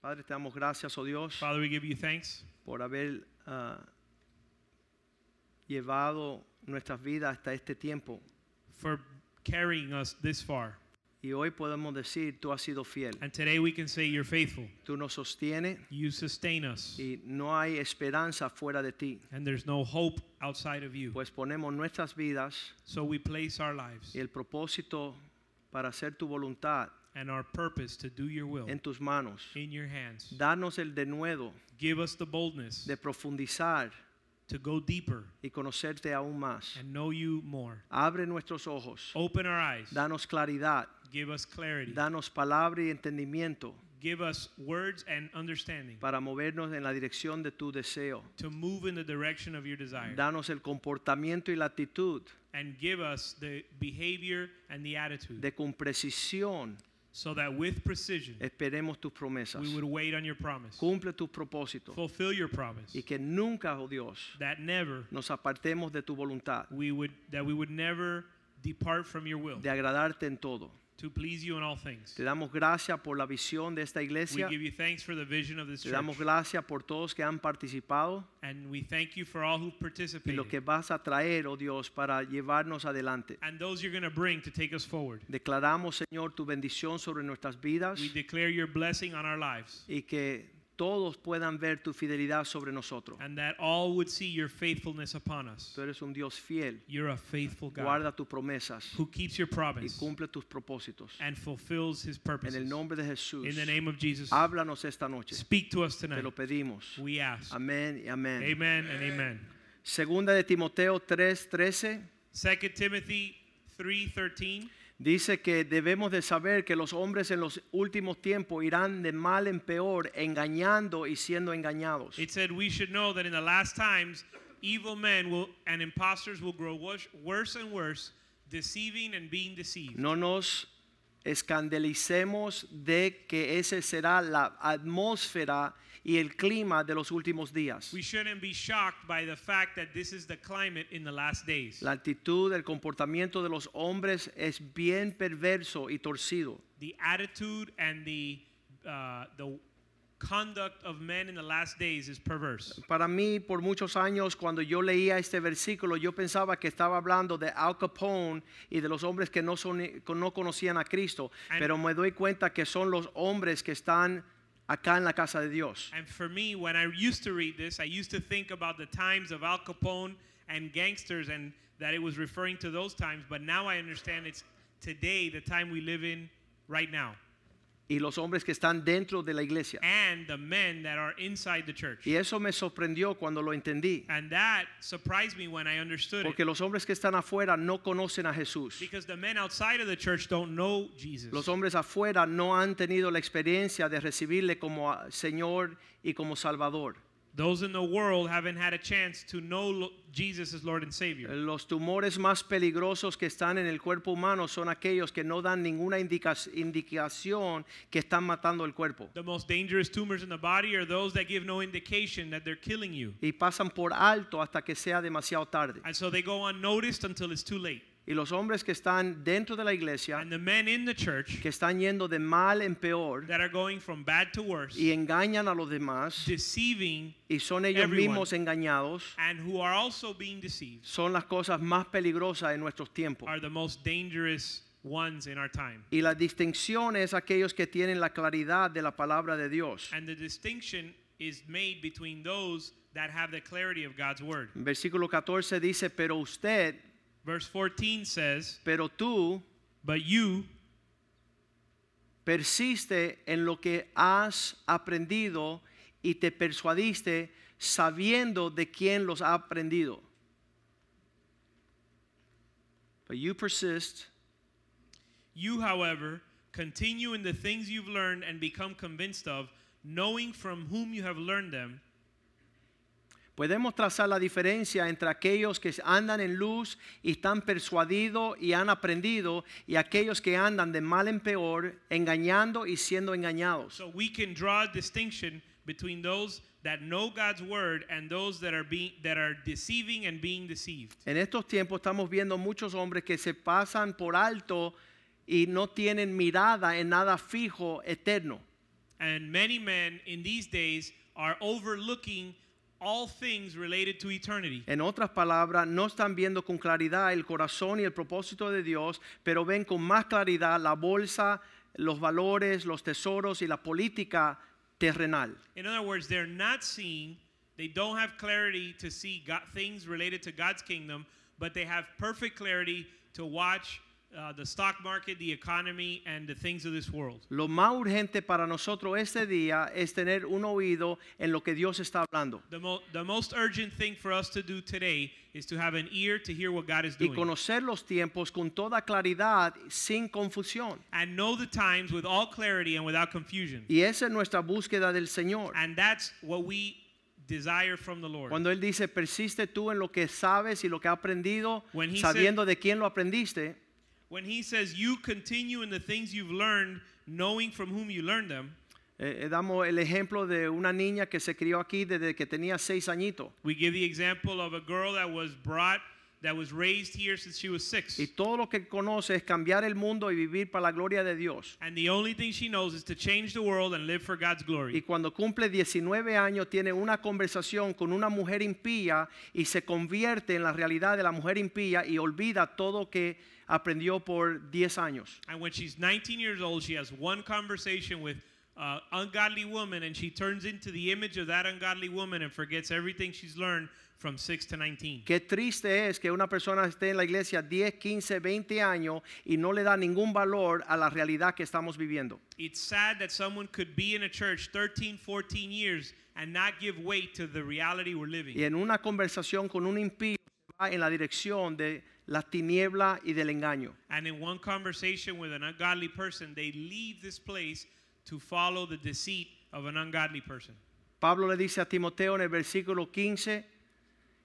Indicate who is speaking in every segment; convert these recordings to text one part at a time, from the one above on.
Speaker 1: Padre, te damos gracias, oh Dios,
Speaker 2: Father, we give you thanks
Speaker 1: por haber ah, llevado nuestras vidas hasta este tiempo.
Speaker 2: for carrying us this far.
Speaker 1: Y hoy podemos decir, tú has sido fiel.
Speaker 2: And today we can say you're faithful.
Speaker 1: Tú nos sostienes
Speaker 2: You sustain us.
Speaker 1: y no hay esperanza fuera de ti.
Speaker 2: And there's no hope outside of you.
Speaker 1: Pues ponemos nuestras vidas
Speaker 2: So we place our lives
Speaker 1: y el propósito para hacer tu voluntad
Speaker 2: and our purpose to do your will
Speaker 1: en tus manos.
Speaker 2: in your hands.
Speaker 1: Danos el denuedo
Speaker 2: Give us the boldness
Speaker 1: de profundizar
Speaker 2: to go deeper
Speaker 1: y conocerte aún más.
Speaker 2: and know you more.
Speaker 1: Abre nuestros ojos.
Speaker 2: Open our eyes.
Speaker 1: Danos claridad.
Speaker 2: Give us clarity.
Speaker 1: Danos palabra y entendimiento
Speaker 2: Give us words and understanding
Speaker 1: para movernos en la dirección de tu deseo.
Speaker 2: to move in the direction of your desire.
Speaker 1: Danos el comportamiento y la actitud
Speaker 2: And give us the behavior and the attitude
Speaker 1: de con precisión
Speaker 2: so that with precision
Speaker 1: esperemos tus promesas.
Speaker 2: we would wait on your promise.
Speaker 1: Cumple tus propósitos
Speaker 2: fulfill your promise
Speaker 1: y que nunca, oh Dios,
Speaker 2: that never
Speaker 1: nos apartemos de tu voluntad,
Speaker 2: we would that we would never depart from your will
Speaker 1: de agradarte en todo.
Speaker 2: to please you in all things
Speaker 1: Te damos gracias por la visión de esta
Speaker 2: we
Speaker 1: iglesia.
Speaker 2: give you thanks for the vision of this
Speaker 1: Te
Speaker 2: church
Speaker 1: damos gracias por todos que han participado
Speaker 2: and we thank you for all who
Speaker 1: y lo que
Speaker 2: participated
Speaker 1: vas a traer, oh Dios, para llevarnos adelante.
Speaker 2: and those you're going to bring to take us forward
Speaker 1: Declaramos, Señor, tu bendición sobre nuestras vidas
Speaker 2: we declare your blessing on our lives
Speaker 1: y que todos puedan ver tu fidelidad sobre nosotros.
Speaker 2: and that all would see your faithfulness upon us
Speaker 1: Tú eres un Dios fiel.
Speaker 2: you're a faithful God
Speaker 1: Guarda tus promesas
Speaker 2: who keeps your
Speaker 1: y
Speaker 2: promise
Speaker 1: cumple tus propósitos.
Speaker 2: and fulfills his
Speaker 1: En el
Speaker 2: purposes
Speaker 1: nombre de Jesús,
Speaker 2: in the name of Jesus
Speaker 1: háblanos esta noche.
Speaker 2: speak to us
Speaker 1: Te
Speaker 2: tonight
Speaker 1: lo pedimos.
Speaker 2: we ask
Speaker 1: Amén y amén.
Speaker 2: amen and amen
Speaker 1: Segunda de Timoteo 3:13
Speaker 2: Second Timothy 3:13
Speaker 1: dice que debemos de saber que los hombres en los últimos tiempos irán de mal en peor, engañando y siendo engañados.
Speaker 2: it said we should know that in the last times evil men will and impostors will grow worse, worse and worse deceiving and being deceived
Speaker 1: No nos escandalicemos de que esa será la atmósfera y el clima de los últimos días.
Speaker 2: we shouldn't be shocked by the fact that this is the climate in the last days
Speaker 1: La actitud, el comportamiento de los hombres es bien perverso y torcido.
Speaker 2: the attitude and the uh, the conduct of men in the last days is perverse
Speaker 1: Para mí, por muchos años, cuando yo leía este versículo, yo pensaba que estaba hablando de Al Capone y de los hombres que no, son, que no conocían a Cristo,
Speaker 2: And-
Speaker 1: pero me doy cuenta que son los hombres que están acá en la casa de Dios.
Speaker 2: and for me when i used to read this i used to think about the times of al capone and gangsters and that it was referring to those times but now i understand it's today the time we live in right now
Speaker 1: Y los hombres que están dentro de la iglesia.
Speaker 2: and the men that are inside the church.
Speaker 1: Y eso me sorprendió cuando lo entendí,
Speaker 2: And that surprised me when I understood
Speaker 1: porque
Speaker 2: it.
Speaker 1: los hombres que están afuera no conocen a Jesús.
Speaker 2: Because the men outside of the church don't know Jesus.
Speaker 1: Los hombres afuera no han tenido la experiencia de recibirle como a- Señor y como Salvador.
Speaker 2: Those in the world haven't had a chance to know Lo- Jesus as Lord and Savior.
Speaker 1: Los tumores más peligrosos que están en el cuerpo humano son aquellos que no dan ninguna indica- indicación que están matando el cuerpo
Speaker 2: The most dangerous tumors in the body are those that give no indication that they're killing you.
Speaker 1: y pasan por alto hasta que sea demasiado tarde.
Speaker 2: And so they go unnoticed until it's too late.
Speaker 1: Y los hombres que están dentro de la iglesia,
Speaker 2: And the men in the church
Speaker 1: que están yendo de mal en peor
Speaker 2: that are going from bad to worse,
Speaker 1: y engañan a los demás
Speaker 2: deceiving,
Speaker 1: y son ellos
Speaker 2: Everyone.
Speaker 1: mismos engañados,
Speaker 2: and who are also being deceived,
Speaker 1: son las cosas más peligrosas en nuestros tiempos.
Speaker 2: are the most dangerous ones in our time.
Speaker 1: Y la distinción es aquellos que tienen la claridad de la palabra de Dios.
Speaker 2: And the distinction is made between those that have the clarity of God's word.
Speaker 1: Versículo 14 dice, pero usted,
Speaker 2: Verse 14 says,
Speaker 1: pero tú
Speaker 2: But you
Speaker 1: persiste en lo que has aprendido y te persuadiste sabiendo de quién los ha aprendido. But you persist
Speaker 2: You, however, continue in the things you've learned and become convinced of, knowing from whom you have learned them,
Speaker 1: Podemos trazar la diferencia entre aquellos que andan en luz y están persuadidos y han aprendido y aquellos que andan de mal en peor, engañando y siendo engañados.
Speaker 2: so we can draw a distinction between those that know God's word and those that are being that are deceiving and being deceived.
Speaker 1: En estos tiempos estamos viendo muchos hombres que se pasan por alto y no tienen mirada en nada fijo, eterno.
Speaker 2: And many men in these days are overlooking all things related to eternity.
Speaker 1: En otras palabras, no están viendo con claridad el corazón y el propósito de Dios, pero ven con más claridad la bolsa, los valores, los tesoros y la política terrenal.
Speaker 2: In other words, they're not seeing, they don't have clarity to see God, things related to God's kingdom, but they have perfect clarity to watch uh, the stock market, the economy, and the things of this world.
Speaker 1: Lo más urgente para nosotros este día es tener un oído en lo que Dios está hablando
Speaker 2: The, mo- the most urgent thing for us to do today is to have an ear to hear what God is
Speaker 1: y
Speaker 2: doing
Speaker 1: conocer los tiempos con toda claridad, sin confusión.
Speaker 2: and know the times with all clarity and without confusion.
Speaker 1: Y esa es nuestra búsqueda del Señor.
Speaker 2: And that's what we desire from the Lord.
Speaker 1: Cuando Él dice, persiste tú en lo que sabes y lo que has aprendido,
Speaker 2: When he
Speaker 1: sabiendo de quién lo aprendiste,
Speaker 2: When he says you continue in the things you've learned, knowing from whom you learned them,
Speaker 1: eh, eh, damos el ejemplo de una niña que se crió aquí desde que tenía seis añitos.
Speaker 2: we give the example of a girl that was brought, that was raised here since she was six.
Speaker 1: Y todo lo que conoce es cambiar el mundo y vivir para la gloria de Dios.
Speaker 2: And the only thing she knows is to change the world and live for God's
Speaker 1: Y
Speaker 2: glory.
Speaker 1: cuando cumple 19 años tiene una conversación con una mujer impía y se convierte en la realidad de la mujer impía y olvida todo que aprendió por 10 años.
Speaker 2: And when she's 19 years old, she has one conversation with uh, ungodly woman, and she turns into the image of that ungodly woman and forgets everything she's learned from six to 19.
Speaker 1: Qué triste es que una persona esté en la iglesia 10, 15, 20 años y no le da ningún valor a la realidad que estamos viviendo.
Speaker 2: It's sad that someone could be in a church 13, 14 years and not give weight to the reality we're living.
Speaker 1: Y en una conversación con un impío va en la dirección de la tiniebla y del engaño.
Speaker 2: And in one conversation with an ungodly person, they leave this place to follow the deceit of an ungodly person.
Speaker 1: Pablo le dice a Timoteo en el versículo 15,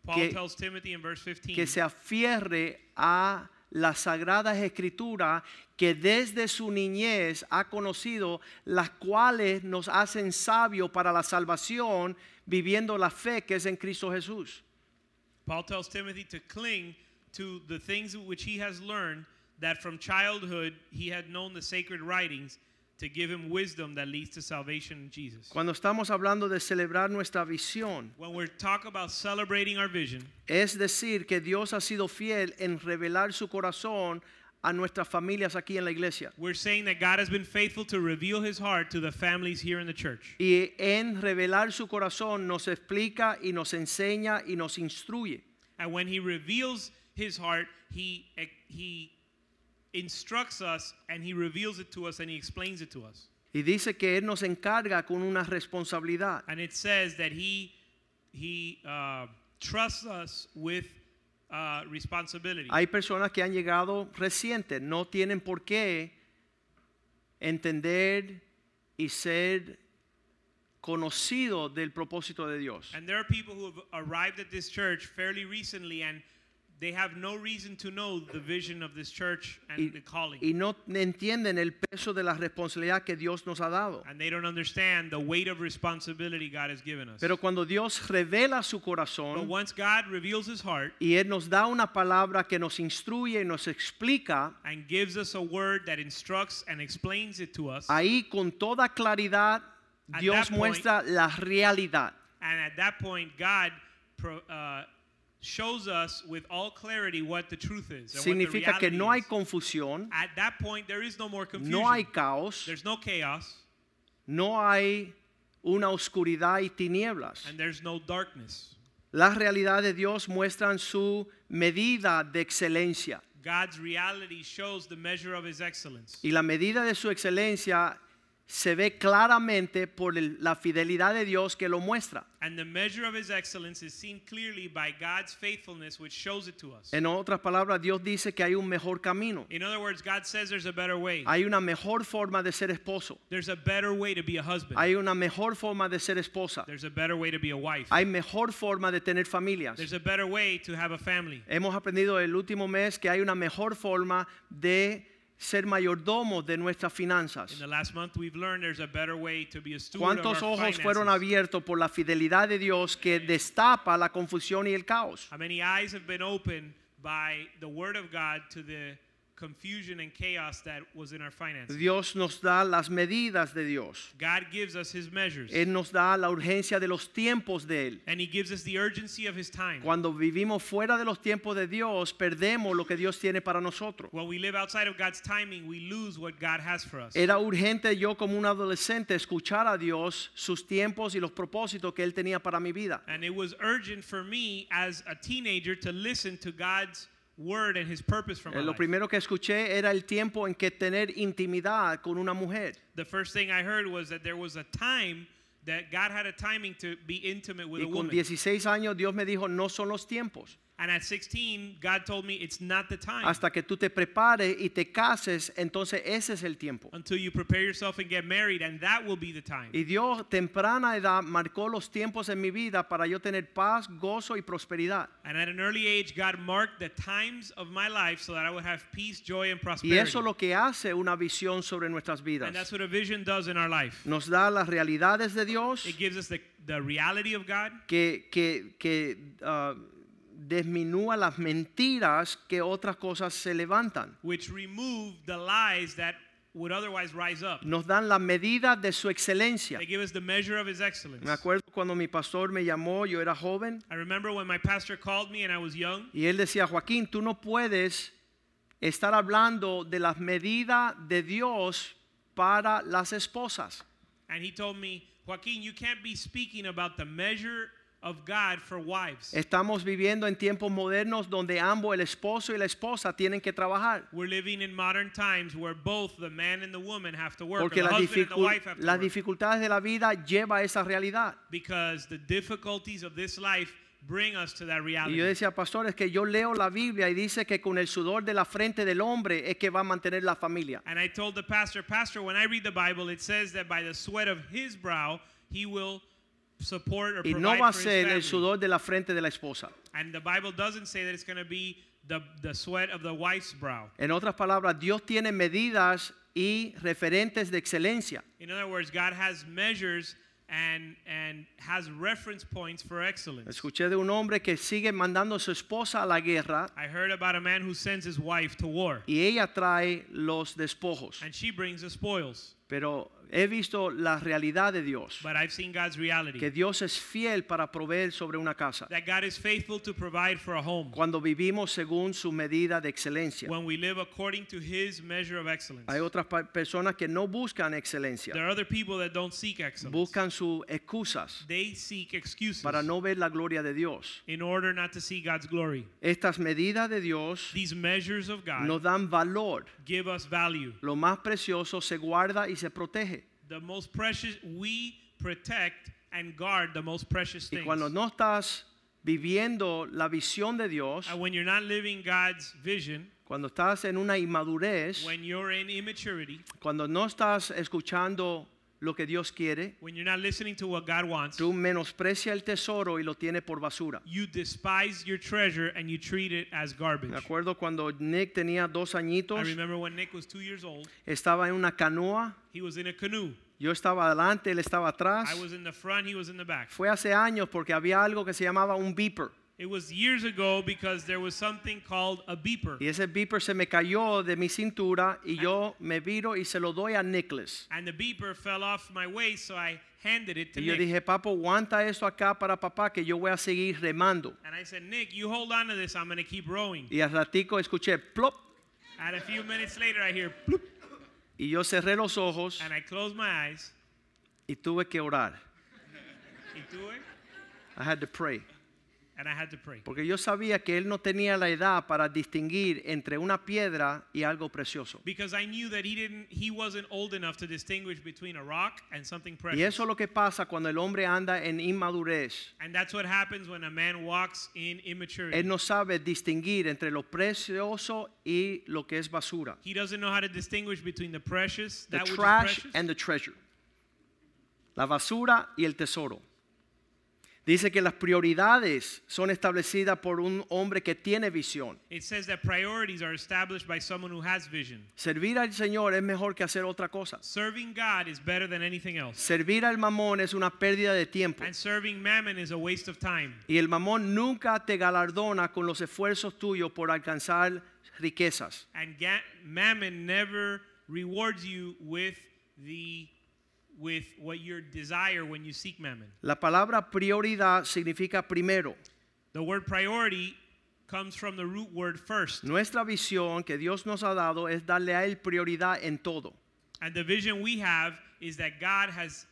Speaker 2: Paul
Speaker 1: Que-
Speaker 2: tells Timothy in verse 15
Speaker 1: que se afierre a las sagradas escrituras que desde su niñez ha conocido, las cuales nos hacen sabios para la salvación, viviendo la fe que es en Cristo Jesús.
Speaker 2: Paul tells Timothy to cling to the things which he has learned that from childhood he had known the sacred writings to give him wisdom that leads to salvation in Jesus.
Speaker 1: Cuando estamos hablando de celebrar nuestra visión,
Speaker 2: When we talk about celebrating our vision,
Speaker 1: es decir, que Dios ha sido fiel en revelar su corazón a nuestras familias aquí en la iglesia
Speaker 2: we're saying that God has been faithful to reveal his heart to the families here in the church.
Speaker 1: y en revelar su corazón nos explica y nos enseña y nos instruye.
Speaker 2: And when he reveals his heart, he he instructs us and he reveals it to us and he explains it to us.
Speaker 1: Y dice que Él nos encarga con una responsabilidad.
Speaker 2: And it says that he he uh, trusts us with uh, responsibility.
Speaker 1: Hay personas que han llegado recientes, no tienen por qué entender y ser conocido del propósito de Dios.
Speaker 2: and there are people who have arrived at this church fairly recently and they have no reason to know the vision of this church and
Speaker 1: Y,
Speaker 2: the calling.
Speaker 1: y no entienden el peso de la responsabilidad que Dios nos ha dado.
Speaker 2: and they don't understand the weight of responsibility God has given us.
Speaker 1: Pero cuando Dios revela su
Speaker 2: but
Speaker 1: corazón
Speaker 2: once God reveals his heart,
Speaker 1: y Él nos da una palabra que nos instruye y nos explica,
Speaker 2: and gives us a word that instructs and explains it to us.
Speaker 1: ahí con toda claridad
Speaker 2: At that
Speaker 1: Dios
Speaker 2: point-
Speaker 1: muestra la realidad.
Speaker 2: and at that point, God pro, uh, shows us with all clarity what the truth is. And what the
Speaker 1: Significa que
Speaker 2: reality
Speaker 1: no hay
Speaker 2: is.
Speaker 1: confusión,
Speaker 2: At that point, there is no more confusion.
Speaker 1: no hay caos,
Speaker 2: there's no chaos,
Speaker 1: no hay una oscuridad y tinieblas.
Speaker 2: and there's no darkness.
Speaker 1: Las realidades de Dios muestran su medida de excelencia
Speaker 2: God's reality shows the measure of His excellence.
Speaker 1: y la medida de su excelencia se ve claramente por el- la fidelidad de Dios que lo muestra.
Speaker 2: And the measure of his excellence is seen clearly by God's faithfulness, which shows it to us.
Speaker 1: En otras palabras, Dios dice que hay un mejor camino.
Speaker 2: In other words, God says there's a better way.
Speaker 1: Hay una mejor forma de ser esposo.
Speaker 2: There's a better way to be a husband.
Speaker 1: Hay una mejor forma de ser esposa.
Speaker 2: There's a better way to be a wife.
Speaker 1: Hay mejor forma de tener familias.
Speaker 2: There's a better way to have a family.
Speaker 1: Hemos aprendido el último mes que hay una mejor forma de ser mayordomo de nuestras
Speaker 2: In
Speaker 1: finanzas.
Speaker 2: the last month, we've learned there's a better way to be a steward of our
Speaker 1: ¿Cuántos ojos fueron
Speaker 2: finances.
Speaker 1: abiertos por la fidelidad de Dios que destapa la confusión y el caos?
Speaker 2: How many eyes have been opened by the word of God to the confusion and chaos that was in our finances?
Speaker 1: Dios nos da las medidas de Dios.
Speaker 2: God gives us his measures,
Speaker 1: Él nos da la urgencia de los tiempos de Él.
Speaker 2: and he gives us the urgency of his time.
Speaker 1: Cuando vivimos fuera de los tiempos de Dios, perdemos lo que Dios tiene para nosotros.
Speaker 2: When we live outside of God's timing, we lose what God has for us.
Speaker 1: Era urgente yo como un adolescente escuchar a Dios sus tiempos y los propósitos que Él tenía para mi vida.
Speaker 2: And it was urgent for me as a teenager to listen to God's word and his purpose for my
Speaker 1: Eh, Lo
Speaker 2: life.
Speaker 1: primero que escuché era el tiempo en que tener intimidad con una mujer.
Speaker 2: The first thing I heard was that there was a time that God had a timing to be intimate with a
Speaker 1: Y con
Speaker 2: woman.
Speaker 1: 16 años Dios me dijo, no son los tiempos.
Speaker 2: And at 16, God told me it's not the time.
Speaker 1: Hasta que tú te prepares y te cases, entonces ese es el tiempo.
Speaker 2: until you prepare yourself and get married, and that will be the time.
Speaker 1: Y Dios temprana edad marcó los tiempos en mi vida para yo tener paz, gozo y prosperidad.
Speaker 2: And at an early age, God marked the times of my life so that I would have peace, joy, and
Speaker 1: Y
Speaker 2: prosperity.
Speaker 1: eso es lo que hace una visión sobre nuestras
Speaker 2: and
Speaker 1: vidas.
Speaker 2: that's what a vision does in our life.
Speaker 1: Nos da las realidades de Dios
Speaker 2: It gives us the, the reality of God.
Speaker 1: que, que, que ah, desminúa las mentiras que otras cosas se levantan.
Speaker 2: which remove the lies that would otherwise rise up.
Speaker 1: Nos dan la medida de su excelencia.
Speaker 2: They give us the measure of his excellence.
Speaker 1: Me acuerdo cuando mi pastor me llamó, yo era joven,
Speaker 2: I remember when my pastor called me and I was young,
Speaker 1: y él decía, Joaquín, tú no puedes estar hablando de las medidas de Dios para las esposas.
Speaker 2: and he told me, Joaquin, you can't be speaking about the measure of God for wives.
Speaker 1: Estamos viviendo en tiempos modernos donde ambos, el esposo y la esposa, tienen que trabajar.
Speaker 2: We're living in modern times where both the man and the woman have to work, or
Speaker 1: Porque
Speaker 2: the
Speaker 1: las,
Speaker 2: husband and the
Speaker 1: dificu-
Speaker 2: wife have to
Speaker 1: las
Speaker 2: work,
Speaker 1: dificultades de la vida lleva a esa realidad.
Speaker 2: because the difficulties of this life bring us to that
Speaker 1: Y
Speaker 2: reality.
Speaker 1: yo decía, pastor, es que yo leo la Biblia y dice que con el sudor de la frente del hombre es que va a mantener la familia.
Speaker 2: And I told the pastor, Pastor, when I read the Bible, it says that by the sweat of his brow, he will support or
Speaker 1: Y
Speaker 2: provide
Speaker 1: no va a
Speaker 2: for
Speaker 1: ser el
Speaker 2: his family.
Speaker 1: sudor de la frente de la esposa.
Speaker 2: And the Bible doesn't say that it's going to be the, the sweat of the wife's brow.
Speaker 1: En otras palabras, Dios tiene medidas y referentes de excelencia.
Speaker 2: In other words, God has measures and, and has reference points for excellence.
Speaker 1: Escuché de un hombre que sigue mandando a su esposa a la guerra
Speaker 2: I heard about a man who sends his wife to war,
Speaker 1: y ella trae los despojos.
Speaker 2: and she brings the spoils.
Speaker 1: Pero he visto la realidad de Dios,
Speaker 2: But I've seen God's
Speaker 1: que
Speaker 2: reality
Speaker 1: Dios es fiel para proveer sobre una casa,
Speaker 2: that God is faithful to provide for a home
Speaker 1: cuando vivimos según su medida de excelencia.
Speaker 2: when we live according to his measure of excellence.
Speaker 1: Hay otras pa- personas que no buscan
Speaker 2: There
Speaker 1: excelencia,
Speaker 2: are other people that don't seek excellence.
Speaker 1: buscan sus excusas
Speaker 2: They seek excuses
Speaker 1: para no ver la gloria de Dios.
Speaker 2: in order not to see God's glory.
Speaker 1: Estas medidas de Dios
Speaker 2: These measures of God
Speaker 1: nos dan valor.
Speaker 2: give us value.
Speaker 1: Lo más precioso se guarda y se protege.
Speaker 2: The most precious, we protect and guard the most precious
Speaker 1: Y
Speaker 2: things.
Speaker 1: cuando no estás viviendo la visión de Dios,
Speaker 2: And when you're not living God's vision,
Speaker 1: cuando estás en una inmadurez,
Speaker 2: when you're in immaturity,
Speaker 1: cuando no estás escuchando lo que Dios quiere,
Speaker 2: when you're not listening to what God wants,
Speaker 1: tú menosprecias el tesoro y lo tienes por basura.
Speaker 2: you despise your treasure and you treat it as garbage.
Speaker 1: Me acuerdo cuando Nick tenía dos
Speaker 2: I
Speaker 1: añitos,
Speaker 2: remember when Nick was two years old,
Speaker 1: estaba en una canoa,
Speaker 2: he was in a canoe.
Speaker 1: yo estaba adelante, él estaba atrás.
Speaker 2: I was in the front, he was in the back.
Speaker 1: Fue hace años porque había algo que se llamaba un beeper
Speaker 2: It was years ago because there was something called a beeper.
Speaker 1: y ese beeper se me cayó de mi cintura y yo me viro y se lo doy a Nicholas.
Speaker 2: And the beeper fell off my waist, so I handed it to
Speaker 1: Y yo
Speaker 2: Nick.
Speaker 1: dije, papo, aguanta esto acá para papá que yo voy a seguir remando.
Speaker 2: and I said, Nick, you hold on to this. I'm going to keep rowing.
Speaker 1: Y al ratico escuché plop
Speaker 2: And a few minutes later, I hear bloop,
Speaker 1: y yo cerré los ojos
Speaker 2: and I close my eyes.
Speaker 1: y tuve que orar.
Speaker 2: Y tuve-
Speaker 1: I had to pray.
Speaker 2: and I had to pray.
Speaker 1: Porque yo sabía que él no tenía la edad para distinguir entre una piedra y algo precioso.
Speaker 2: Because I knew that he didn't he wasn't old enough to distinguish between a rock and something
Speaker 1: Y
Speaker 2: precious.
Speaker 1: eso es lo que pasa cuando el hombre anda en inmadurez.
Speaker 2: And that's what happens when a man walks in immaturity.
Speaker 1: Él no sabe distinguir entre lo precioso y lo que es basura.
Speaker 2: he doesn't know how to distinguish between the precious,
Speaker 1: The
Speaker 2: that which is
Speaker 1: trash
Speaker 2: precious,
Speaker 1: and the treasure. La basura y el tesoro. Dice que las prioridades son establecidas por un hombre que tiene visión.
Speaker 2: It says that priorities are established by someone who has vision.
Speaker 1: Servir al Señor es mejor que hacer otra cosa.
Speaker 2: Serving God is better than anything else.
Speaker 1: Servir al mamón es una pérdida de tiempo.
Speaker 2: And serving mammon is a waste of time.
Speaker 1: Y el mamón nunca te galardona con los esfuerzos tuyos por alcanzar riquezas.
Speaker 2: And ga- mammon never rewards you with the with what your desire when you seek mammon.
Speaker 1: La palabra prioridad significa primero.
Speaker 2: The word priority comes from the root word first.
Speaker 1: Nuestra visión que Dios nos ha dado es darle a Él prioridad en todo.
Speaker 2: And the vision we have is that God has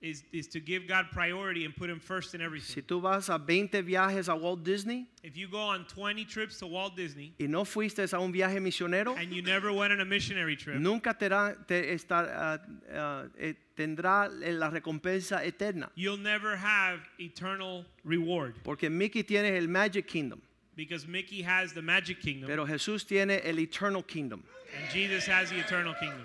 Speaker 2: is is to give God priority and put him first in
Speaker 1: Si
Speaker 2: everything.
Speaker 1: tú vas a 20 viajes a Walt Disney
Speaker 2: If you go on 20 trips to Walt Disney
Speaker 1: y no fuiste a un viaje misionero,
Speaker 2: and you never went on a missionary trip,
Speaker 1: nunca te da- te estar- ah, ah, eh, tendrá la recompensa eterna.
Speaker 2: you'll never have eternal reward
Speaker 1: Porque Mickey tiene el Magic Kingdom,
Speaker 2: because Mickey has the magic kingdom
Speaker 1: pero Jesús tiene el Eternal Kingdom.
Speaker 2: and Jesus has the eternal kingdom.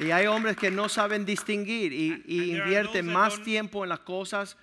Speaker 1: Y hay hombres que no saben distinguir y, y
Speaker 2: And there are
Speaker 1: invierten
Speaker 2: those that
Speaker 1: más
Speaker 2: don't-
Speaker 1: tiempo en las cosas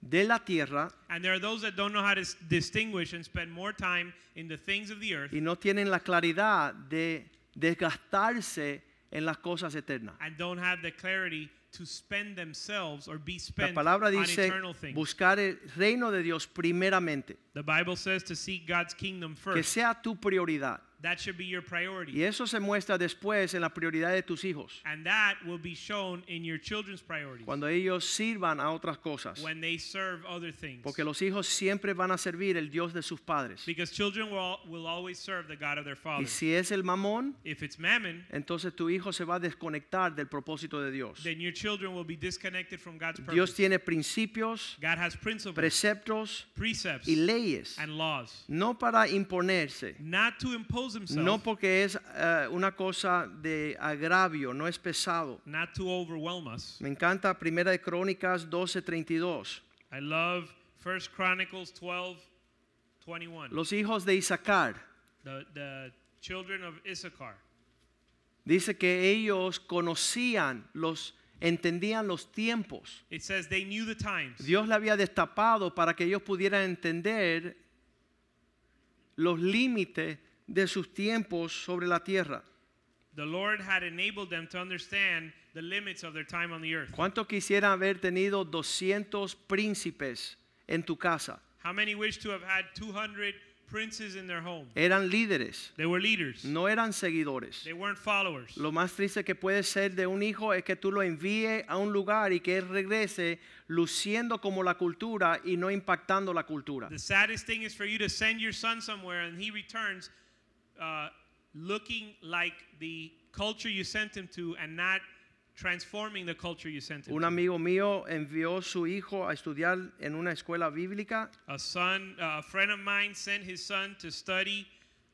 Speaker 1: de la tierra
Speaker 2: And there are those that don't know how to s- distinguish and spend more time in the things of the earth
Speaker 1: y no tienen la claridad de desgastarse en las cosas eternas.
Speaker 2: and don't have the clarity to spend themselves or be
Speaker 1: La
Speaker 2: spent
Speaker 1: palabra
Speaker 2: on
Speaker 1: dice
Speaker 2: eternal things.
Speaker 1: buscar el reino de Dios primeramente,
Speaker 2: The Bible says to seek God's kingdom
Speaker 1: que
Speaker 2: first.
Speaker 1: sea tu prioridad.
Speaker 2: That should be your
Speaker 1: Y
Speaker 2: priority.
Speaker 1: eso se muestra después en la prioridad de tus hijos,
Speaker 2: And that will be shown in your children's priorities
Speaker 1: cuando ellos sirvan a otras cosas.
Speaker 2: when they serve other things.
Speaker 1: Porque los hijos siempre van a servir el Dios de sus padres.
Speaker 2: Because children will, al- will always serve the God of their
Speaker 1: Y
Speaker 2: father.
Speaker 1: si es el mamón,
Speaker 2: If it's mammon,
Speaker 1: entonces tu hijo se va a desconectar del propósito de Dios.
Speaker 2: then your children will be disconnected from God's
Speaker 1: Dios
Speaker 2: purpose.
Speaker 1: tiene principios,
Speaker 2: God has principles,
Speaker 1: preceptos
Speaker 2: precepts,
Speaker 1: y leyes,
Speaker 2: and laws.
Speaker 1: no para imponerse,
Speaker 2: Not to impose himself,
Speaker 1: no porque es eh, una cosa de agravio, no es pesado.
Speaker 2: not to overwhelm us.
Speaker 1: Me encanta Primera de Crónicas 12:32.
Speaker 2: I love 1 Chronicles 12, 21.
Speaker 1: Los hijos de Isaacar
Speaker 2: The, the children of Issachar.
Speaker 1: dice que ellos conocían los entendían los tiempos.
Speaker 2: It says they knew the times.
Speaker 1: Dios le había destapado para que ellos pudieran entender los límites de sus tiempos sobre la tierra.
Speaker 2: The Lord had enabled them to understand the limits of their time on the earth.
Speaker 1: ¿Cuánto quisieran haber tenido 200 príncipes en tu casa?
Speaker 2: How many wish to have had 200 princes in their home?
Speaker 1: Eran líderes,
Speaker 2: They were leaders.
Speaker 1: no eran seguidores.
Speaker 2: They weren't followers.
Speaker 1: Lo más triste que puede ser de un hijo es que tú lo envíes a un lugar y que él regrese luciendo como la cultura y no impactando la cultura.
Speaker 2: The saddest thing is for you to send your son somewhere and he returns uh, looking like the culture you sent him to and not transforming the culture you sent him
Speaker 1: Un
Speaker 2: to.
Speaker 1: amigo mío envió su hijo a estudiar en una escuela bíblica
Speaker 2: A son, uh, a friend of mine sent his son to study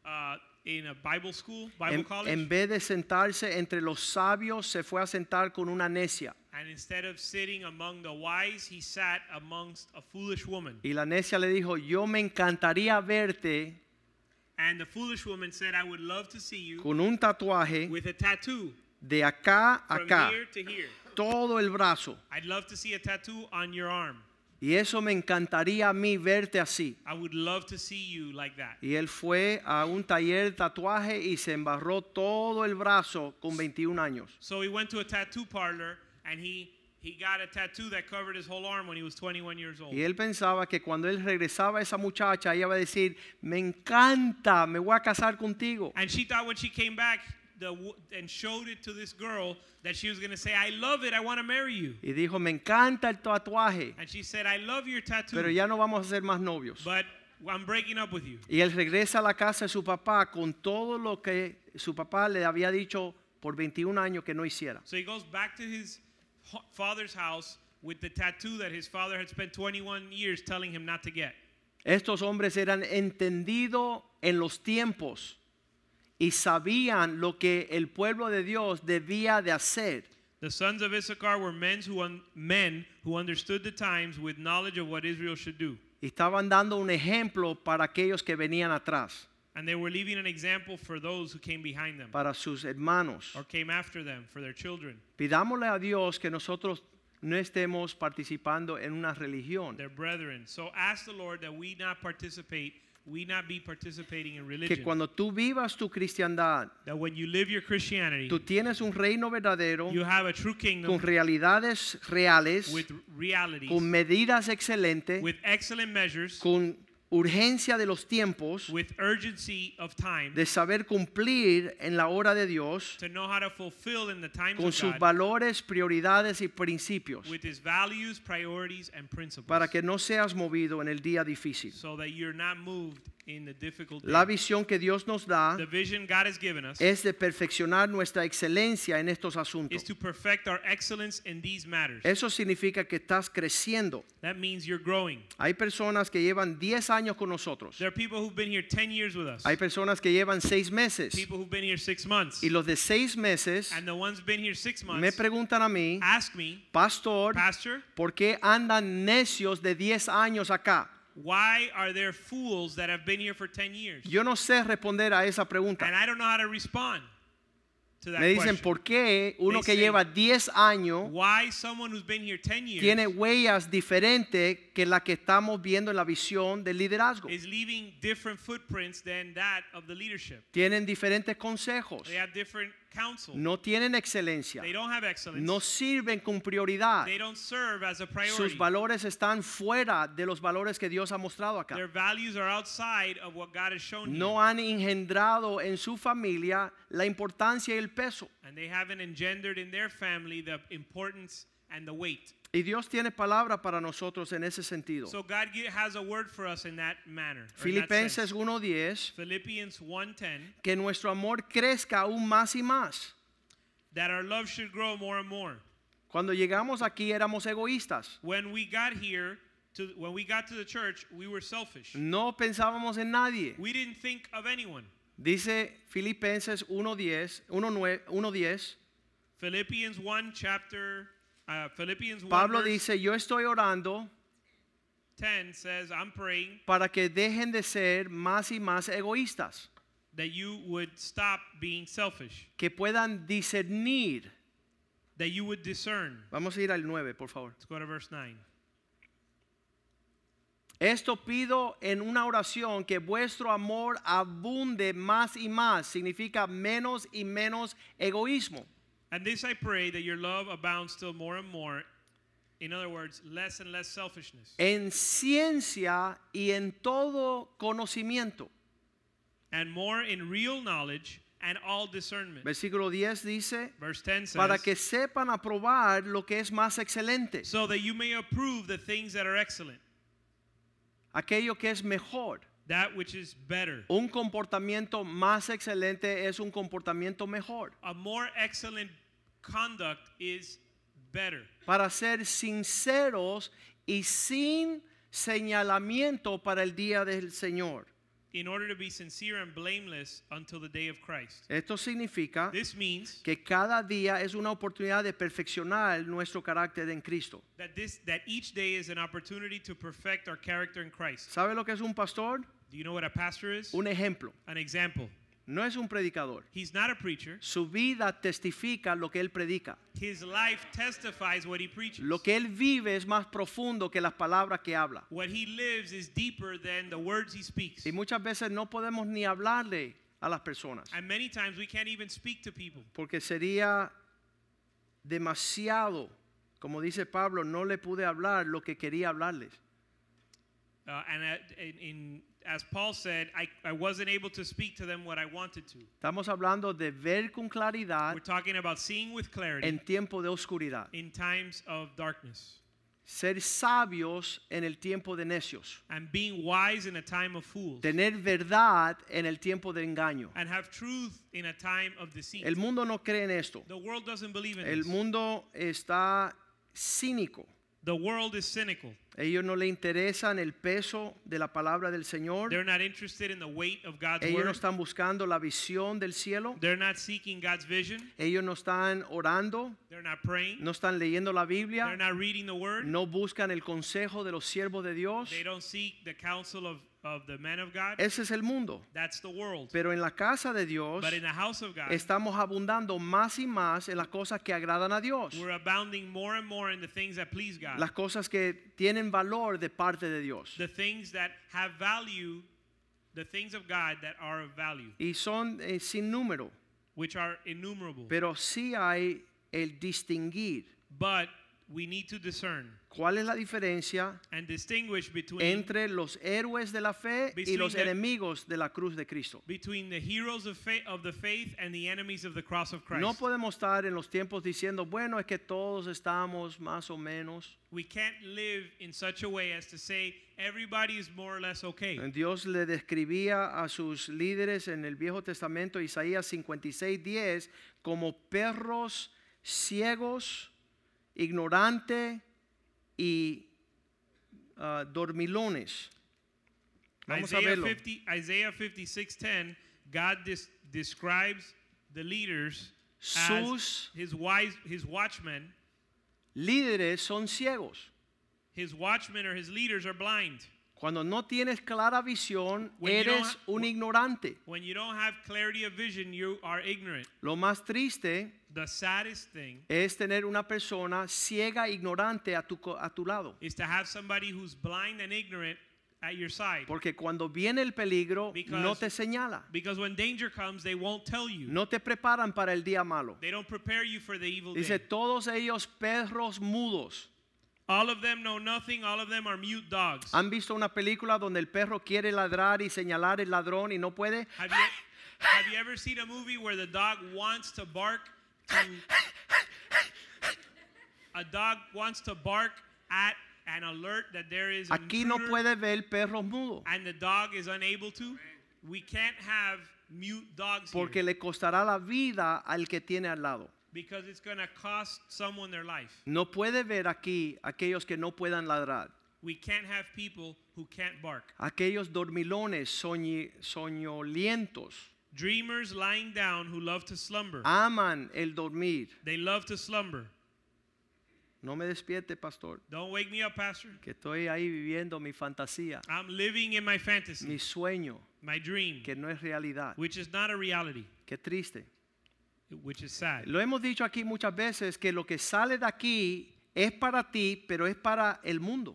Speaker 2: uh, in a Bible school, Bible
Speaker 1: en,
Speaker 2: college,
Speaker 1: en vez de sentarse entre los sabios se fue a sentar con una necia
Speaker 2: and instead of sitting among the wise, he sat amongst a foolish woman.
Speaker 1: y la necia le dijo yo me encantaría verte
Speaker 2: And the foolish woman said, "I would love to see you
Speaker 1: con un tatuaje
Speaker 2: with a tattoo
Speaker 1: de acá a
Speaker 2: from
Speaker 1: acá
Speaker 2: here to here.
Speaker 1: todo el brazo
Speaker 2: I'd love to see a tattoo on your arm."
Speaker 1: y eso me encantaría a mí verte así
Speaker 2: I would love to see you like that.
Speaker 1: y él fue a un taller de tatuaje y se embarró todo el brazo con 21 años
Speaker 2: So he went to a tattoo parlor and he he got a tattoo that covered his whole arm when he was 21 years old.
Speaker 1: y él pensaba que cuando él regresaba a esa muchacha ella iba a decir me encanta me voy a casar contigo
Speaker 2: And she thought when she came back the wo- and showed it to this girl that she was going to say, "I love it. I want to marry you."
Speaker 1: y dijo me encanta el tatuaje
Speaker 2: And she said, "I love your tattoo,
Speaker 1: pero ya no vamos a ser más novios
Speaker 2: but I'm breaking up with you."
Speaker 1: y él regresa a la casa de su papá con todo lo que su papá le había dicho por 21 años que no hiciera
Speaker 2: So he goes back to his ho- father's house with the tattoo that his father had spent 21 years telling him not to get.
Speaker 1: Estos hombres eran entendidos en los tiempos y sabían lo que el pueblo de Dios debía de hacer.
Speaker 2: The sons of Issachar were men who, un- men who understood the times with knowledge of what Israel should do.
Speaker 1: Y estaban dando un ejemplo para aquellos que venían atrás,
Speaker 2: And they were leaving an example for those who came behind them
Speaker 1: para sus hermanos.
Speaker 2: or came after them, for their children,
Speaker 1: Pidámosle a Dios que nosotros no estemos participando en una religión,
Speaker 2: their brethren. So ask the Lord that we not participate, we not be participating in
Speaker 1: que
Speaker 2: religion.
Speaker 1: cuando tú vivas tu cristiandad,
Speaker 2: That when you live your Christianity,
Speaker 1: tú tienes un reino verdadero
Speaker 2: you have a true
Speaker 1: con
Speaker 2: kingdom
Speaker 1: realidades reales,
Speaker 2: with realities,
Speaker 1: con medidas excelentes,
Speaker 2: with excellent measures,
Speaker 1: con urgencia de los tiempos,
Speaker 2: with urgency of time,
Speaker 1: de saber cumplir en la hora de Dios
Speaker 2: to know how to fulfill in the times
Speaker 1: con
Speaker 2: of
Speaker 1: sus
Speaker 2: God,
Speaker 1: valores, prioridades y principios,
Speaker 2: with His values, priorities, and principles,
Speaker 1: para que no seas movido en el día difícil.
Speaker 2: so that you're not moved in the difficult
Speaker 1: La
Speaker 2: days.
Speaker 1: visión que Dios nos da
Speaker 2: The vision God has given us
Speaker 1: es de perfeccionar nuestra excelencia en estos asuntos.
Speaker 2: is to perfect our excellence in these matters.
Speaker 1: Eso significa que estás creciendo.
Speaker 2: That means you're growing.
Speaker 1: Hay personas que llevan 10 años con nosotros.
Speaker 2: There are people who've been here 10 years with us,
Speaker 1: Hay personas que llevan 6 meses.
Speaker 2: people who've been here six months,
Speaker 1: Y los de 6 meses
Speaker 2: and the ones been here six
Speaker 1: me
Speaker 2: months
Speaker 1: preguntan a mí,
Speaker 2: ask me,
Speaker 1: pastor,
Speaker 2: Pastor,
Speaker 1: ¿por qué andan necios de 10 años acá?
Speaker 2: why are there fools that have been here for 10 years?
Speaker 1: Yo no sé responder a esa
Speaker 2: And
Speaker 1: pregunta.
Speaker 2: I don't know how to respond to that
Speaker 1: Me dicen,
Speaker 2: question.
Speaker 1: ¿por qué uno
Speaker 2: They
Speaker 1: que
Speaker 2: say-
Speaker 1: lleva 10 años
Speaker 2: Why someone who's been here 10 years
Speaker 1: tiene huellas diferentes que la que estamos viendo en la visión del liderazgo?
Speaker 2: is leaving different footprints than that of the leadership?
Speaker 1: Tienen diferentes consejos.
Speaker 2: They have different counsel.
Speaker 1: No tienen excelencia.
Speaker 2: They don't have excellence.
Speaker 1: No sirven con prioridad.
Speaker 2: They don't serve as a priority.
Speaker 1: Sus valores están fuera de los valores que Dios ha mostrado acá.
Speaker 2: Their values are outside of what God has shown
Speaker 1: No
Speaker 2: you.
Speaker 1: han engendrado en su familia la importancia y el peso.
Speaker 2: And they haven't engendered in their family the importance and the weight.
Speaker 1: Y Dios tiene palabra para nosotros en ese sentido.
Speaker 2: So God gi- has a word for us in that manner. or in that sense.
Speaker 1: Filipenses 1:10,
Speaker 2: Philippians 1:10
Speaker 1: que nuestro amor crezca aún más y más.
Speaker 2: that our love should grow more and more.
Speaker 1: Cuando llegamos aquí éramos egoístas.
Speaker 2: When we got here to when we got to the church, we were selfish.
Speaker 1: No pensábamos en nadie.
Speaker 2: We didn't think of anyone.
Speaker 1: Dice Filipenses 1:10, 1:9, 1:10,
Speaker 2: Philippians 1 chapter uh, Philippians 1
Speaker 1: Pablo
Speaker 2: verse
Speaker 1: dice, yo estoy orando
Speaker 2: 10 says, "I'm praying
Speaker 1: para que dejen de ser más y más egoístas.
Speaker 2: that you would stop being selfish,
Speaker 1: que puedan discernir.
Speaker 2: that you would discern."
Speaker 1: Vamos a ir al 9, por favor.
Speaker 2: Let's go to verse 9.
Speaker 1: Esto pido en una oración que vuestro amor abunde más y más. Significa menos y menos egoísmo.
Speaker 2: And this I pray that your love abounds still more and more. In other words, less and less selfishness.
Speaker 1: En ciencia y en todo conocimiento.
Speaker 2: and more in real knowledge and all discernment.
Speaker 1: Versículo 10 dice,
Speaker 2: Verse 10 says,
Speaker 1: para que sepan aprobar lo que es más excelente,
Speaker 2: so that you may approve the things that are excellent,
Speaker 1: aquello que es mejor.
Speaker 2: that which is better.
Speaker 1: Un comportamiento más excelente es un comportamiento mejor.
Speaker 2: A more excellent conduct is better.
Speaker 1: para ser sinceros y sin señalamiento para el día del Señor.
Speaker 2: In order to be sincere and blameless until the day of Christ.
Speaker 1: Esto significa
Speaker 2: This means
Speaker 1: que cada día es una oportunidad de perfeccionar nuestro carácter en Cristo.
Speaker 2: that this that each day is an opportunity to perfect our character in Christ.
Speaker 1: ¿Sabe lo que es un pastor?
Speaker 2: Do you know what a pastor is?
Speaker 1: Un ejemplo.
Speaker 2: An example.
Speaker 1: No es un predicador.
Speaker 2: He's not a preacher.
Speaker 1: Su vida testifica lo que él predica.
Speaker 2: His life testifies what he preaches.
Speaker 1: Lo que él vive es más profundo que las palabras que habla.
Speaker 2: What he lives is deeper than the words he speaks.
Speaker 1: Y muchas veces no podemos ni hablarle a las personas
Speaker 2: And many times we can't even speak to people
Speaker 1: porque sería demasiado, como dice Pablo, no le pude hablar lo que quería hablarles.
Speaker 2: Uh, and uh, in, in, as Paul said, I, I wasn't able to speak to them what I wanted to.
Speaker 1: Estamos hablando de ver con claridad
Speaker 2: We're talking about seeing with clarity
Speaker 1: en tiempo de oscuridad,
Speaker 2: in times of darkness
Speaker 1: ser sabios en el tiempo de necios,
Speaker 2: and being wise in a time of fools
Speaker 1: tener verdad en el tiempo de engaño.
Speaker 2: and have truth in a time of deceit.
Speaker 1: El mundo no cree en esto.
Speaker 2: the world doesn't believe in
Speaker 1: El
Speaker 2: this.
Speaker 1: mundo está cínico.
Speaker 2: The world is cynical.
Speaker 1: Ellos no le interesan el peso de la palabra del Señor.
Speaker 2: They're not interested in the weight of God's
Speaker 1: Ellos no
Speaker 2: word.
Speaker 1: están buscando la visión del cielo.
Speaker 2: They're not seeking God's vision.
Speaker 1: Ellos no están orando.
Speaker 2: They're not praying.
Speaker 1: No están leyendo la
Speaker 2: They're
Speaker 1: Biblia.
Speaker 2: not reading the word.
Speaker 1: No buscan el consejo de los siervos de Dios.
Speaker 2: They don't seek the counsel of, of the man of God.
Speaker 1: Ese es el mundo.
Speaker 2: That's the world.
Speaker 1: Pero en la casa de Dios
Speaker 2: But in the house of God,
Speaker 1: estamos abundando más y más en las cosas que agradan a Dios.
Speaker 2: we're abounding more and more in the things that please God,
Speaker 1: Las cosas que tienen valor de parte de Dios.
Speaker 2: the things that have value, the things of God that are of value,
Speaker 1: Y son eh, sin número.
Speaker 2: which are innumerable.
Speaker 1: Pero sí hay el distinguir.
Speaker 2: But we need to discern
Speaker 1: ¿Cuál es la diferencia
Speaker 2: and distinguish between
Speaker 1: entre los héroes de la fe y
Speaker 2: Between
Speaker 1: los
Speaker 2: the-
Speaker 1: enemigos de la cruz de Cristo.
Speaker 2: between the heroes of, fa- of the faith and the enemies of the cross of Christ.
Speaker 1: No podemos estar en los tiempos diciendo, bueno, es que todos estamos más o menos.
Speaker 2: we can't live in such a way as to say everybody is more or less okay.
Speaker 1: Dios le describía a sus líderes en el Viejo Testamento, Isaías 56, 10, como perros ciegos, ignorante y ah, dormilones. Vamos a
Speaker 2: Isaiah
Speaker 1: verlo.
Speaker 2: 50, Isaiah 56:10, God des- describes the leaders
Speaker 1: Sus-
Speaker 2: as his wise, his watchmen.
Speaker 1: Líderes son ciegos.
Speaker 2: His watchmen or his leaders are blind.
Speaker 1: Cuando no tienes clara visión,
Speaker 2: When you don't
Speaker 1: eres
Speaker 2: ha-
Speaker 1: un ignorante.
Speaker 2: When you don't have clarity of vision, you are ignorant.
Speaker 1: Lo más triste
Speaker 2: The saddest thing
Speaker 1: es tener una persona ciega, e ignorante a tu, co- a tu lado.
Speaker 2: is to have somebody who's blind and ignorant at your side.
Speaker 1: Porque cuando viene el peligro,
Speaker 2: Because-
Speaker 1: no te señala.
Speaker 2: Because when danger comes, they won't tell you.
Speaker 1: No te preparan para el día malo.
Speaker 2: They don't prepare you for the evil
Speaker 1: Dice,
Speaker 2: day.
Speaker 1: todos ellos perros mudos.
Speaker 2: All of them know nothing. All of them are mute dogs.
Speaker 1: ¿Han visto una película donde el perro quiere ladrar y señalar el ladrón y no puede?
Speaker 2: Have you, have you ever seen a movie where the dog wants to bark to a dog wants to bark at an alert that there is an
Speaker 1: Aquí no
Speaker 2: intruder
Speaker 1: puede ver perros mudos.
Speaker 2: and the dog is unable to? We can't have mute dogs here
Speaker 1: Porque le costará la vida al que tiene al lado.
Speaker 2: because it's going to cost someone their life.
Speaker 1: No puede ver aquí aquellos que no puedan ladrar.
Speaker 2: We can't have people who can't bark.
Speaker 1: Aquellos dormilones, soñi- soñolientos.
Speaker 2: Dreamers lying down who love to slumber.
Speaker 1: Ah. aman el dormir.
Speaker 2: They love to slumber.
Speaker 1: No me despierte, pastor,
Speaker 2: Don't wake me up, pastor.
Speaker 1: que estoy ahí viviendo mi fantasía,
Speaker 2: I'm living in my fantasy,
Speaker 1: mi sueño,
Speaker 2: my dream.
Speaker 1: que no es realidad.
Speaker 2: which is not a reality,
Speaker 1: Qué triste.
Speaker 2: which is sad.
Speaker 1: Lo hemos dicho aquí muchas veces que lo que sale de aquí es para ti, pero es para el mundo.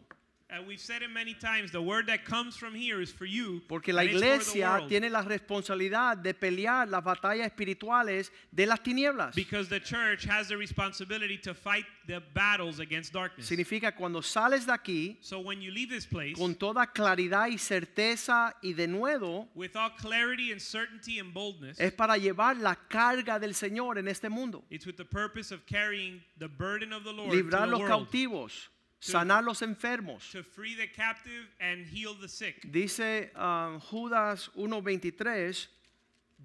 Speaker 2: And we've said it many times. The word that comes from here is for you.
Speaker 1: Porque la
Speaker 2: and it's for the
Speaker 1: iglesia
Speaker 2: world.
Speaker 1: tiene la responsabilidad de pelear las batallas espirituales de las tinieblas.
Speaker 2: Because the church has the responsibility to fight the battles against darkness.
Speaker 1: Significa cuando sales de aquí
Speaker 2: so when you leave this place
Speaker 1: con toda claridad y certeza y de nuevo
Speaker 2: with all clarity and certainty and boldness,
Speaker 1: es para llevar la carga del Señor en este mundo.
Speaker 2: it's with the purpose of carrying the burden of the Lord to
Speaker 1: librar
Speaker 2: the
Speaker 1: los
Speaker 2: world,
Speaker 1: cautivos,
Speaker 2: To-
Speaker 1: sanar los enfermos.
Speaker 2: to free the captive and heal the sick.
Speaker 1: Dice ah, Judas 1:23,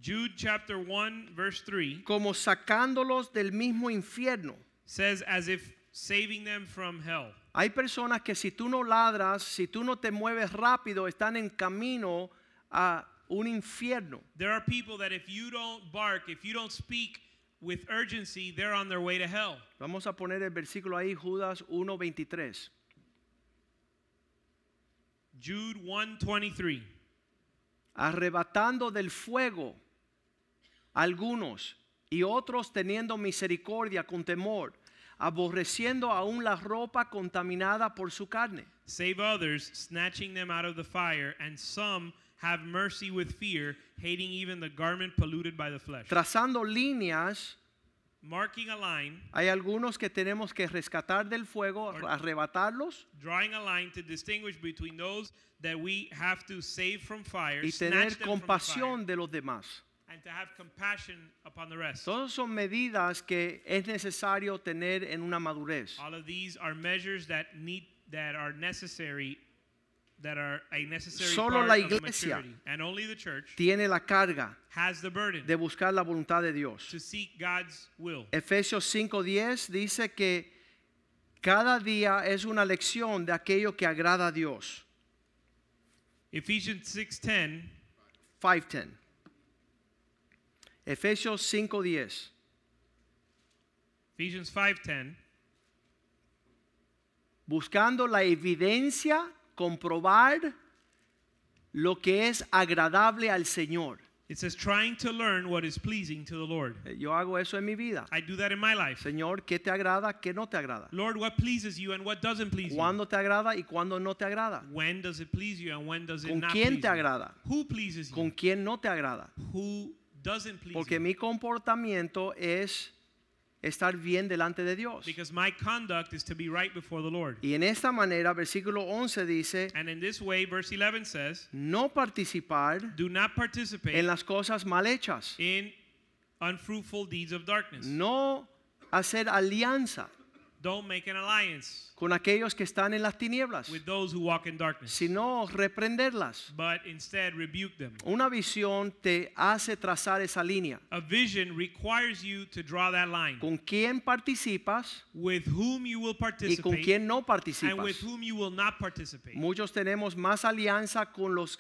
Speaker 2: Jude chapter 1 verse 3
Speaker 1: como sacándolos del mismo infierno.
Speaker 2: says as if saving them from hell.
Speaker 1: Hay personas que si tú no ladras, si tú no te mueves rápido, están en camino a un infierno.
Speaker 2: There are people that if you don't bark, if you don't speak with urgency, they're on their way to hell.
Speaker 1: Vamos a poner el versículo ahí, Judas 1:23.
Speaker 2: Jude 1:23.
Speaker 1: Arrebatando del fuego algunos y otros teniendo misericordia con temor, aborreciendo aún la ropa contaminada por su carne.
Speaker 2: Save others, snatching them out of the fire, and some have mercy with fear, hating even the garment polluted by the flesh.
Speaker 1: Trazando líneas,
Speaker 2: Marking a line,
Speaker 1: hay algunos que tenemos que rescatar del fuego, arrebatarlos
Speaker 2: drawing a line to distinguish between those that we have to save from fire,
Speaker 1: y
Speaker 2: snatch
Speaker 1: tener
Speaker 2: them from fire,
Speaker 1: compasión de los demás.
Speaker 2: and to have compassion upon the rest.
Speaker 1: Todas son medidas que es necesario tener en una madurez.
Speaker 2: All of these are measures that need that are necessary that are a necessary
Speaker 1: Solo
Speaker 2: part
Speaker 1: la
Speaker 2: of
Speaker 1: iglesia
Speaker 2: maturity. And only the church
Speaker 1: Tiene la carga
Speaker 2: has the burden
Speaker 1: de Eh- buscar la voluntad de Dios.
Speaker 2: to seek God's will.
Speaker 1: Efesios 5:10 dice que Cada día es una lección de aquello que agrada a Dios.
Speaker 2: Ephesians 6:10
Speaker 1: 5:10. Efesios 5:10.
Speaker 2: Ephesians 5:10
Speaker 1: Buscando la evidencia, comprobar lo que es agradable al Señor.
Speaker 2: it says trying to learn what is pleasing to the Lord.
Speaker 1: Eh, Yo hago eso en mi vida.
Speaker 2: I do that in my life.
Speaker 1: Señor, ¿qué te agrada? ¿Qué no te agrada?
Speaker 2: Lord, what pleases you and what doesn't please you?
Speaker 1: ¿Cuándo te agrada y cuándo no te agrada?
Speaker 2: When does it please you and when does it
Speaker 1: ¿Con
Speaker 2: not
Speaker 1: quién
Speaker 2: please
Speaker 1: te
Speaker 2: you?
Speaker 1: agrada?
Speaker 2: Who pleases
Speaker 1: ¿Con
Speaker 2: you?
Speaker 1: quién no te agrada?
Speaker 2: Who doesn't please
Speaker 1: Porque
Speaker 2: you?
Speaker 1: mi comportamiento es estar bien delante de Dios.
Speaker 2: Because my conduct is to be right before the Lord.
Speaker 1: Y en esta manera, versículo 11 dice,
Speaker 2: And in this way, verse 11 says,
Speaker 1: no participar
Speaker 2: Do not participate
Speaker 1: en las cosas mal hechas.
Speaker 2: in unfruitful deeds of darkness.
Speaker 1: No hacer alianza
Speaker 2: Don't make an alliance
Speaker 1: con aquellos que están en las tinieblas,
Speaker 2: with those who walk in darkness,
Speaker 1: sino reprenderlas.
Speaker 2: but instead rebuke them.
Speaker 1: Una visión te hace trazar esa línea.
Speaker 2: A vision requires you to draw that line
Speaker 1: ¿Con quién participas
Speaker 2: with whom you
Speaker 1: y
Speaker 2: will
Speaker 1: con
Speaker 2: participate
Speaker 1: quién no
Speaker 2: and with
Speaker 1: participas?
Speaker 2: whom you will not participate.
Speaker 1: Muchos tenemos más alianza con los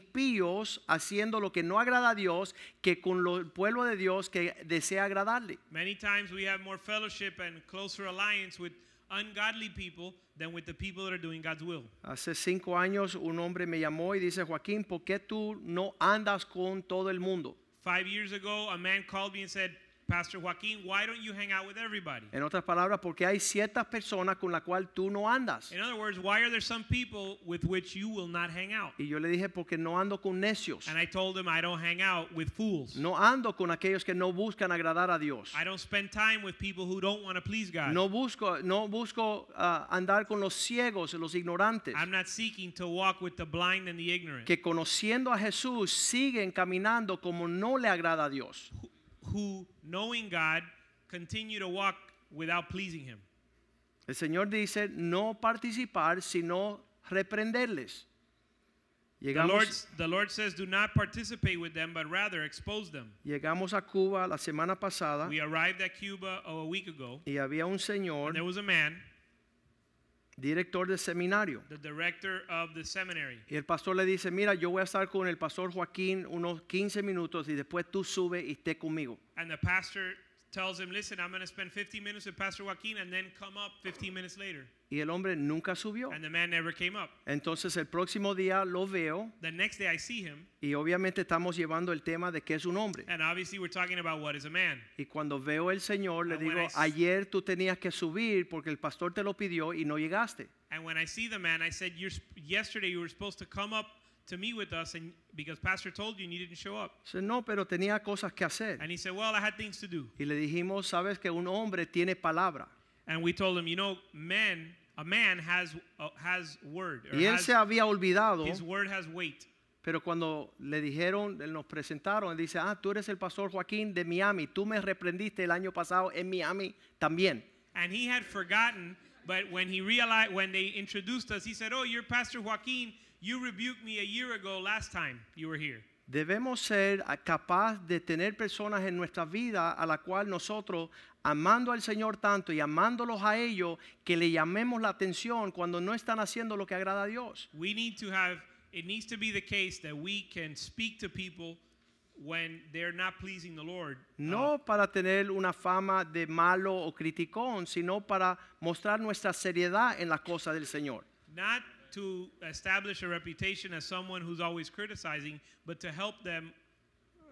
Speaker 1: impíos haciendo lo que no agrada a Dios que con lo- el pueblo de Dios que desea agradarle.
Speaker 2: Many times we have more fellowship and closer alliance with ungodly people than with the people that are doing God's will.
Speaker 1: Hace cinco años un hombre me llamó y dice, Joaquín, ¿por qué tú no andas con todo el mundo?
Speaker 2: Five years ago, a man called me and said, Pastor Joaquin, why don't you hang out with everybody?
Speaker 1: En otras palabras, porque hay ciertas personas con las cuales tú no andas.
Speaker 2: In other words, why are there some people with which you will not hang out?
Speaker 1: Y yo le dije, porque no ando con necios.
Speaker 2: And I told him, I don't hang out with fools.
Speaker 1: No ando con aquellos que no buscan agradar a Dios.
Speaker 2: I don't spend time with people who don't want to please God.
Speaker 1: No busco, no busco ah, andar con los ciegos, los ignorantes.
Speaker 2: I'm not seeking to walk with the blind and the ignorant
Speaker 1: que conociendo a Jesús siguen caminando como no le agrada a Dios.
Speaker 2: who, knowing God, continue to walk without pleasing Him.
Speaker 1: El Señor dice no participar, sino reprenderles.
Speaker 2: The Lord,
Speaker 1: Llegamos,
Speaker 2: the Lord says, Do not participate with them, but rather expose them.
Speaker 1: llegamos a Cuba la semana pasada
Speaker 2: We arrived at Cuba oh, a week ago.
Speaker 1: y había un
Speaker 2: And
Speaker 1: señor,
Speaker 2: there was a man,
Speaker 1: director del seminario.
Speaker 2: the director of the seminary.
Speaker 1: Y el pastor le dice, mira, yo voy a estar con el pastor Joaquín unos 15 minutos y después tú sube y esté conmigo.
Speaker 2: And the pastor tells him, Listen, I'm going to spend 15 minutes with Pastor Joaquin and then come up 15 minutes later.
Speaker 1: Y el hombre nunca subió.
Speaker 2: And the man never came up.
Speaker 1: Entonces el próximo día lo veo
Speaker 2: The next day I see him,
Speaker 1: y obviamente estamos llevando el tema de qué es un hombre.
Speaker 2: and obviously we're talking about what is a man.
Speaker 1: Y cuando veo el Señor, le
Speaker 2: And when
Speaker 1: digo,
Speaker 2: I s-
Speaker 1: ayer tú tenías que subir porque el pastor te lo pidió y no llegaste.
Speaker 2: And when I see the man, I said, You're, sp- Yesterday you were supposed to come up to meet with us and because Pastor told you and you didn't show up.
Speaker 1: Dice, no, pero tenía cosas que hacer.
Speaker 2: And he said, Well, I had things to do.
Speaker 1: Y le dijimos, sabes que un hombre tiene palabra.
Speaker 2: And we told him, You know, men, a man has, uh, has word. Or
Speaker 1: Y él
Speaker 2: has-
Speaker 1: se había olvidado,
Speaker 2: his word has weight.
Speaker 1: pero cuando le dijeron, él nos presentaron, él dice, ah, tú eres el pastor Joaquín de Miami, tú me reprendiste el año pasado en Miami también.
Speaker 2: And he had forgotten, but when he realized, when they introduced us, he said, "Oh, you're Pastor Joaquin. You rebuked me a year ago last time you were here."
Speaker 1: Debemos ser ah, capaz de tener personas en nuestra vida a la cual nosotros, amando al Señor tanto y amándolos a ellos, que le llamemos la atención cuando no están haciendo lo que agrada a Dios.
Speaker 2: We need to have. It needs to be the case that we can speak to people when they're not pleasing the Lord.
Speaker 1: No para tener una fama de malo o criticón, sino para mostrar nuestra seriedad en las cosas del Señor.
Speaker 2: Not to establish a reputation as someone who's always criticizing, but to help them.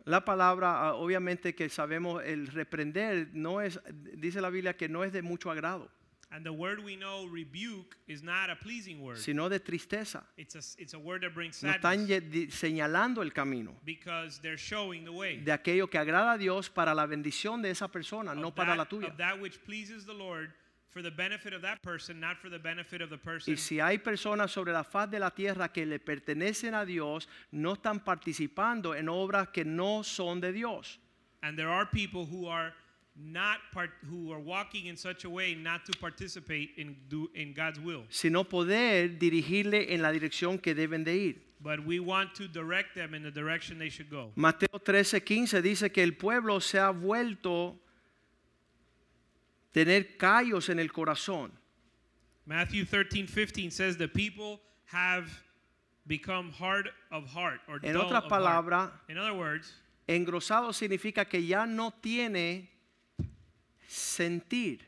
Speaker 1: La palabra, ah, obviamente que sabemos, el reprender, no es, dice la Biblia que no es de mucho agrado,
Speaker 2: And the word we know, rebuke, is not a pleasing word.
Speaker 1: sino de tristeza.
Speaker 2: It's a it's a word that brings
Speaker 1: Nos están ye-
Speaker 2: sadness
Speaker 1: di- señalando el camino.
Speaker 2: because they're showing the way.
Speaker 1: de aquello que agrada a Dios para la bendición de esa persona,
Speaker 2: of
Speaker 1: no para la
Speaker 2: that-
Speaker 1: tuya.
Speaker 2: Of that which pleases the Lord for the benefit of that person, not for the benefit of the person.
Speaker 1: Y si hay personas sobre la faz de la tierra que le pertenecen a Dios, no están participando en obras que no son de Dios.
Speaker 2: and there are people who are not part, who are walking in such a way not to participate in do, in God's will.
Speaker 1: sino poder dirigirle en la dirección que deben de ir.
Speaker 2: But we want to direct them in the direction they should go.
Speaker 1: Mateo 13, 15 dice que el pueblo se ha vuelto tener callos en el corazón.
Speaker 2: Matthew 13, 15 says the people have become hard of heart or
Speaker 1: En
Speaker 2: dull
Speaker 1: otras
Speaker 2: of heart.
Speaker 1: palabras,
Speaker 2: In other words,
Speaker 1: engrosado significa que ya no tiene sentir.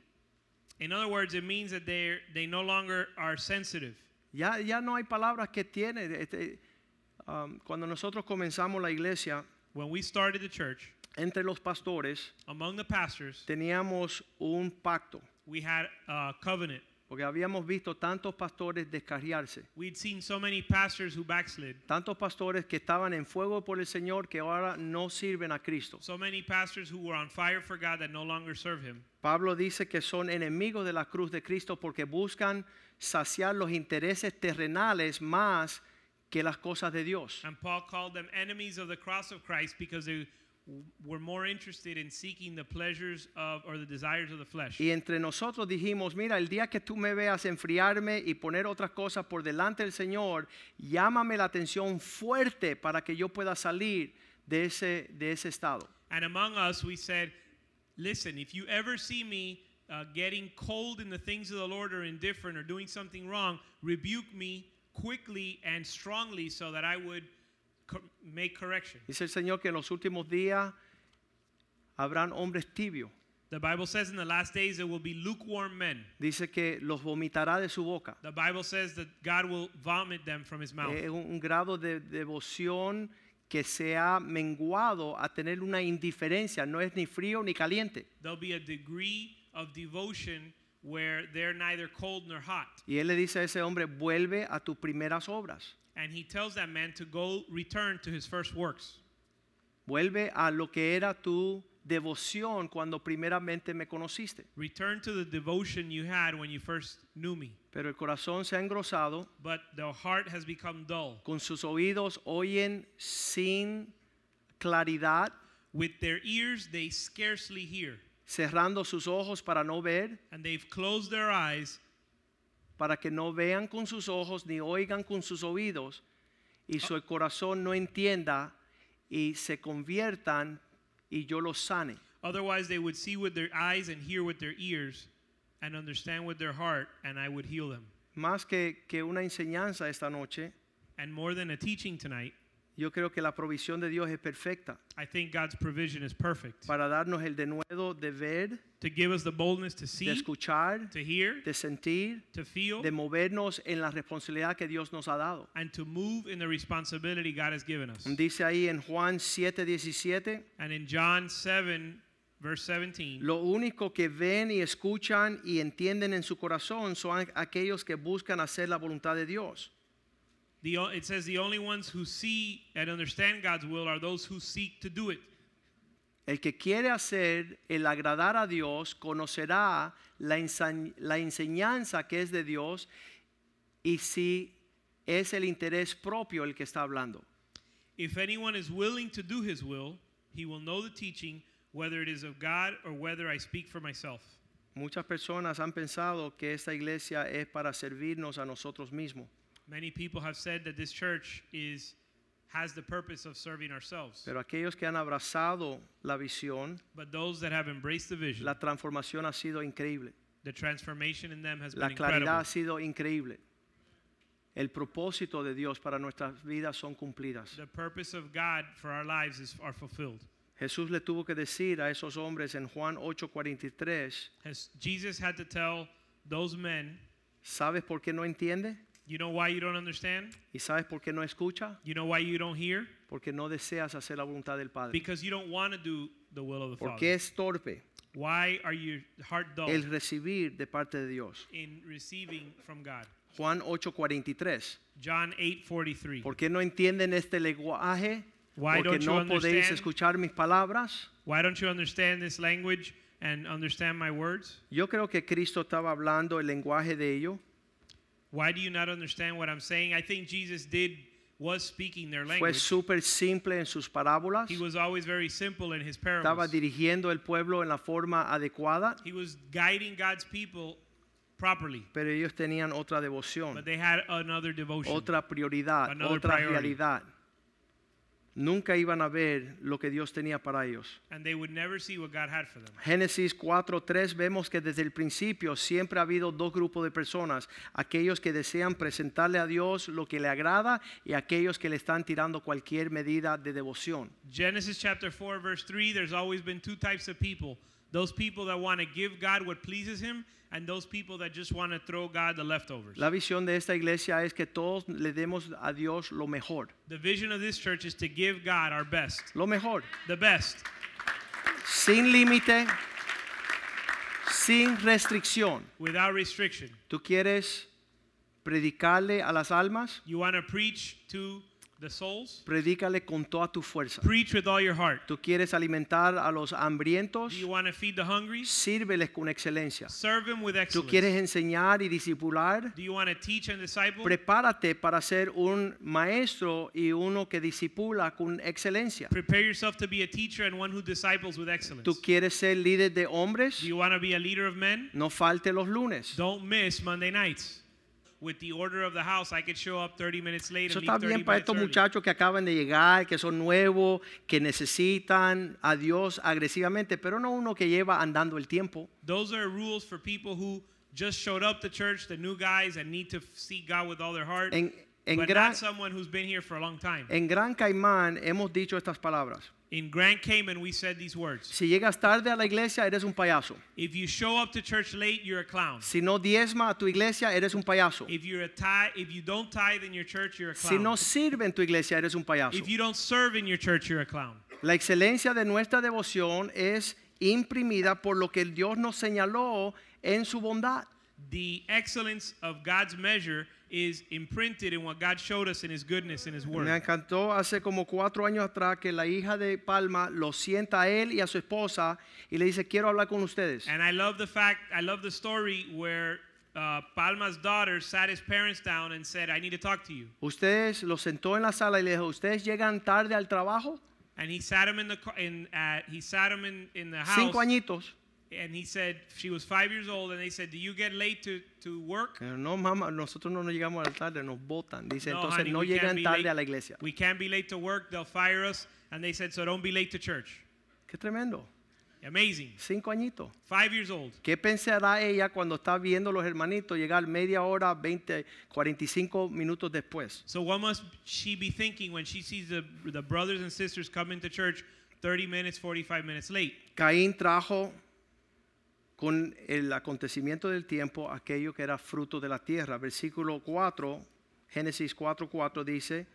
Speaker 2: in other words, it means that they they no longer are sensitive.
Speaker 1: Ya, ya no hay palabras que tiene. Este, um, cuando nosotros comenzamos la iglesia,
Speaker 2: When we started the church,
Speaker 1: entre los pastores
Speaker 2: among the pastors,
Speaker 1: teníamos un pacto,
Speaker 2: we had a covenant.
Speaker 1: porque habíamos visto tantos pastores descarriarse,
Speaker 2: We'd seen so many pastors who backslid,
Speaker 1: tantos pastores que estaban en fuego por el Señor que ahora no sirven a Cristo.
Speaker 2: so many pastors who were on fire for God that no longer serve Him.
Speaker 1: Pablo dice que son enemigos de la cruz de Cristo porque buscan saciar los intereses terrenales más que las cosas de Dios.
Speaker 2: And Paul called them enemies of the cross of Christ because they w- were more interested in seeking the pleasures of or the desires of the flesh.
Speaker 1: Y entre nosotros dijimos, mira, el día que tú me veas enfriarme y poner otras cosas por delante del Señor, llámame la atención fuerte para que yo pueda salir de ese, de ese estado.
Speaker 2: And among us, we said, Listen, if you ever see me uh, getting cold in the things of the Lord or indifferent or doing something wrong, rebuke me quickly and strongly so that I would co- make correction.
Speaker 1: Dice el Señor que en los últimos días habrán hombres tibios.
Speaker 2: The Bible says in the last days there will be lukewarm men.
Speaker 1: Dice que los vomitará de su boca.
Speaker 2: The Bible says that God will vomit them from his mouth.
Speaker 1: Es un- un grado de devoción que se ha menguado a tener una indiferencia, no es ni frío ni caliente.
Speaker 2: There'll be a degree of devotion where they're neither cold nor hot.
Speaker 1: Y él le dice a ese hombre, vuelve a tus primeras obras,
Speaker 2: And he tells that man to go return to his first works.
Speaker 1: vuelve a lo que era tu devoción cuando primeramente me conociste.
Speaker 2: Return to the devotion you had when you first knew me.
Speaker 1: Pero el corazón se ha engrosado,
Speaker 2: But the heart has become dull.
Speaker 1: con sus oídos oyen sin claridad,
Speaker 2: With their ears, they scarcely hear.
Speaker 1: cerrando sus ojos para no ver,
Speaker 2: And they've closed their eyes
Speaker 1: para que no vean con sus ojos ni oigan con sus oídos y su corazón no entienda y se conviertan y yo los sane.
Speaker 2: Otherwise, they would see with their eyes and hear with their ears and understand with their heart, and I would heal them.
Speaker 1: Más que, que una enseñanza esta noche,
Speaker 2: And more than a teaching tonight,
Speaker 1: yo creo que la provisión de Dios es perfecta
Speaker 2: I think God's provision is perfect
Speaker 1: para darnos el denuedo de ver,
Speaker 2: to give us the boldness to
Speaker 1: de
Speaker 2: see,
Speaker 1: escuchar,
Speaker 2: to hear,
Speaker 1: de sentir,
Speaker 2: to feel,
Speaker 1: de movernos en la responsabilidad que Dios nos ha dado.
Speaker 2: and to move in the responsibility God has given us.
Speaker 1: Dice ahí en Juan 7, 17.
Speaker 2: And in John 7, verse 17,
Speaker 1: Lo único que ven y escuchan y entienden en su corazón son aquellos que buscan hacer la voluntad de Dios.
Speaker 2: The, o- it says the only ones who see and understand God's will are those who seek to do it.
Speaker 1: El que quiere hacer el agradar a Dios conocerá la, ensa- la enseñanza que es de Dios y si es el interés propio el que está hablando.
Speaker 2: If anyone is willing to do his will, he will know the teaching, whether it is of God or whether I speak for myself.
Speaker 1: Muchas personas han pensado que esta iglesia es para servirnos a nosotros mismos,
Speaker 2: Many people have said that this church is has the purpose of serving ourselves.
Speaker 1: pero aquellos que han abrazado la visión,
Speaker 2: But those that have embraced the vision,
Speaker 1: la transformación ha sido increíble.
Speaker 2: the transformation in them has
Speaker 1: La
Speaker 2: been
Speaker 1: claridad
Speaker 2: incredible.
Speaker 1: ha sido increíble. El propósito de Dios para nuestras vidas son cumplidas.
Speaker 2: The purpose of God for our lives is, are fulfilled.
Speaker 1: Jesús le tuvo que decir a esos hombres en Juan 8:43,
Speaker 2: Has, Jesus had to tell those men,
Speaker 1: ¿sabes por qué no entiende?
Speaker 2: you know why you don't understand?
Speaker 1: ¿Y sabes por qué no escucha?
Speaker 2: You know why you don't hear?
Speaker 1: Porque no deseas hacer la voluntad del Padre.
Speaker 2: Because you don't want to do the will of the
Speaker 1: Porque
Speaker 2: Father.
Speaker 1: es torpe
Speaker 2: Why are your heart dull
Speaker 1: el recibir de parte de Dios.
Speaker 2: in receiving from God?
Speaker 1: Juan 8:43.
Speaker 2: John 8:43.
Speaker 1: ¿Por qué no entienden este lenguaje?
Speaker 2: Why
Speaker 1: Porque
Speaker 2: don't you
Speaker 1: no podéis
Speaker 2: understand?
Speaker 1: escuchar mis palabras.
Speaker 2: Why don't you understand this language and understand my words?
Speaker 1: Yo creo que Cristo estaba hablando el lenguaje de ellos.
Speaker 2: Why do you not understand what I'm saying? I think Jesus did was speaking their
Speaker 1: Fue
Speaker 2: language.
Speaker 1: súper simple en sus parábolas.
Speaker 2: He was always very simple in his
Speaker 1: Estaba
Speaker 2: parables.
Speaker 1: dirigiendo el pueblo en la forma adecuada,
Speaker 2: He was guiding God's people properly,
Speaker 1: pero ellos tenían otra devoción,
Speaker 2: but they had another devotion.
Speaker 1: otra prioridad,
Speaker 2: Another
Speaker 1: otra
Speaker 2: priority.
Speaker 1: realidad. nunca iban a ver lo que Dios tenía para ellos.
Speaker 2: and they would never see what God had for them.
Speaker 1: Génesis 4:3 vemos que desde el principio siempre ha habido dos grupos de personas, aquellos que desean presentarle a Dios lo que le agrada y aquellos que le están tirando cualquier medida de devoción.
Speaker 2: Genesis chapter 4, verse 3, there's always been two types of people those people that want to give God what pleases Him, and those people that just want to throw God the leftovers.
Speaker 1: La visión de esta iglesia es que todos le demos a Dios lo mejor,
Speaker 2: The vision of this church is to give God our best,
Speaker 1: lo mejor,
Speaker 2: the best,
Speaker 1: sin límite, sin restricción.
Speaker 2: without restriction.
Speaker 1: ¿Tú quieres predicarle a las almas?
Speaker 2: You want to preach to the souls?
Speaker 1: Predícale con toda tu fuerza.
Speaker 2: Preach with all your heart.
Speaker 1: ¿Tú quieres alimentar a los hambrientos?
Speaker 2: Do you want to feed the hungry?
Speaker 1: Sírveles con excelencia.
Speaker 2: Serve them with
Speaker 1: ¿Tú
Speaker 2: excellence.
Speaker 1: quieres enseñar y discipular?
Speaker 2: Do you want to teach and disciple?
Speaker 1: Prepárate para ser un maestro y uno que disipula con excelencia.
Speaker 2: Prepare yourself to be a teacher and one who disciples with excellence.
Speaker 1: ¿Tú quieres ser líder de hombres?
Speaker 2: Do you want to be a leader of men?
Speaker 1: No falte los lunes.
Speaker 2: Don't miss Monday nights. With the order of the house, I could show up 30 minutes late
Speaker 1: Eso
Speaker 2: and
Speaker 1: está
Speaker 2: leave 30
Speaker 1: bien para
Speaker 2: minutes
Speaker 1: estos
Speaker 2: early.
Speaker 1: muchachos que acaban de llegar, que son nuevos, que necesitan a Dios agresivamente, pero no uno que lleva andando el tiempo.
Speaker 2: Those are rules for people who just showed up to church, the new guys, and need to f- seek God with all their heart.
Speaker 1: En- en
Speaker 2: but
Speaker 1: gran-
Speaker 2: not someone who's been here for a long time.
Speaker 1: En Gran Caimán hemos dicho estas palabras.
Speaker 2: In Grand Cayman, we said these words.
Speaker 1: Si llegas tarde a la iglesia, eres un payaso.
Speaker 2: If you show up to church late, you're a clown.
Speaker 1: Si no diezma a tu iglesia, eres un payaso.
Speaker 2: If you're a tithe, if you don't tithe in your church, you're a
Speaker 1: Si
Speaker 2: clown.
Speaker 1: no sirve en tu iglesia, eres un payaso.
Speaker 2: If you don't serve in your church, you're a clown.
Speaker 1: La excelencia de nuestra devoción es imprimida por lo que Dios nos señaló en su bondad.
Speaker 2: The excellence of God's measure is imprinted in what God showed us in His goodness and His word.
Speaker 1: Me encantó hace como cuatro años atrás que la hija de Palma lo sienta a él y a su esposa y le dice, quiero hablar con ustedes.
Speaker 2: And I love the fact, I love the story where uh, Palma's daughter sat his parents down and said, I need to talk to you.
Speaker 1: Ustedes lo sentó en la sala y le dijo, ¿ustedes llegan tarde al trabajo?
Speaker 2: And he sat him in the car, in, uh, he sat him in, in the house.
Speaker 1: Cinco añitos.
Speaker 2: And he said, she was five years old, and they said, Do you get late to, to work?
Speaker 1: Pero Eh, no, mamá, nosotros no nos llegamos al tarde, nos votan. Dice, entonces
Speaker 2: honey,
Speaker 1: no
Speaker 2: we can't
Speaker 1: llegan
Speaker 2: be
Speaker 1: tarde
Speaker 2: late.
Speaker 1: a la iglesia.
Speaker 2: We can't be late to work. They'll fire us. And they said, So don't be late to church.
Speaker 1: Qué tremendo.
Speaker 2: Amazing.
Speaker 1: Cinco añitos.
Speaker 2: Five years old.
Speaker 1: ¿Qué pensará ella cuando está viendo los hermanitos llegar media hora, 20, 45 minutos después?
Speaker 2: So what must she be thinking when she sees the, the brothers and sisters come into church 30 minutes, 45 minutes late?
Speaker 1: Caín trajo con el acontecimiento del tiempo aquello que era fruto de la tierra. Versículo 4, Génesis 4, 4 dice,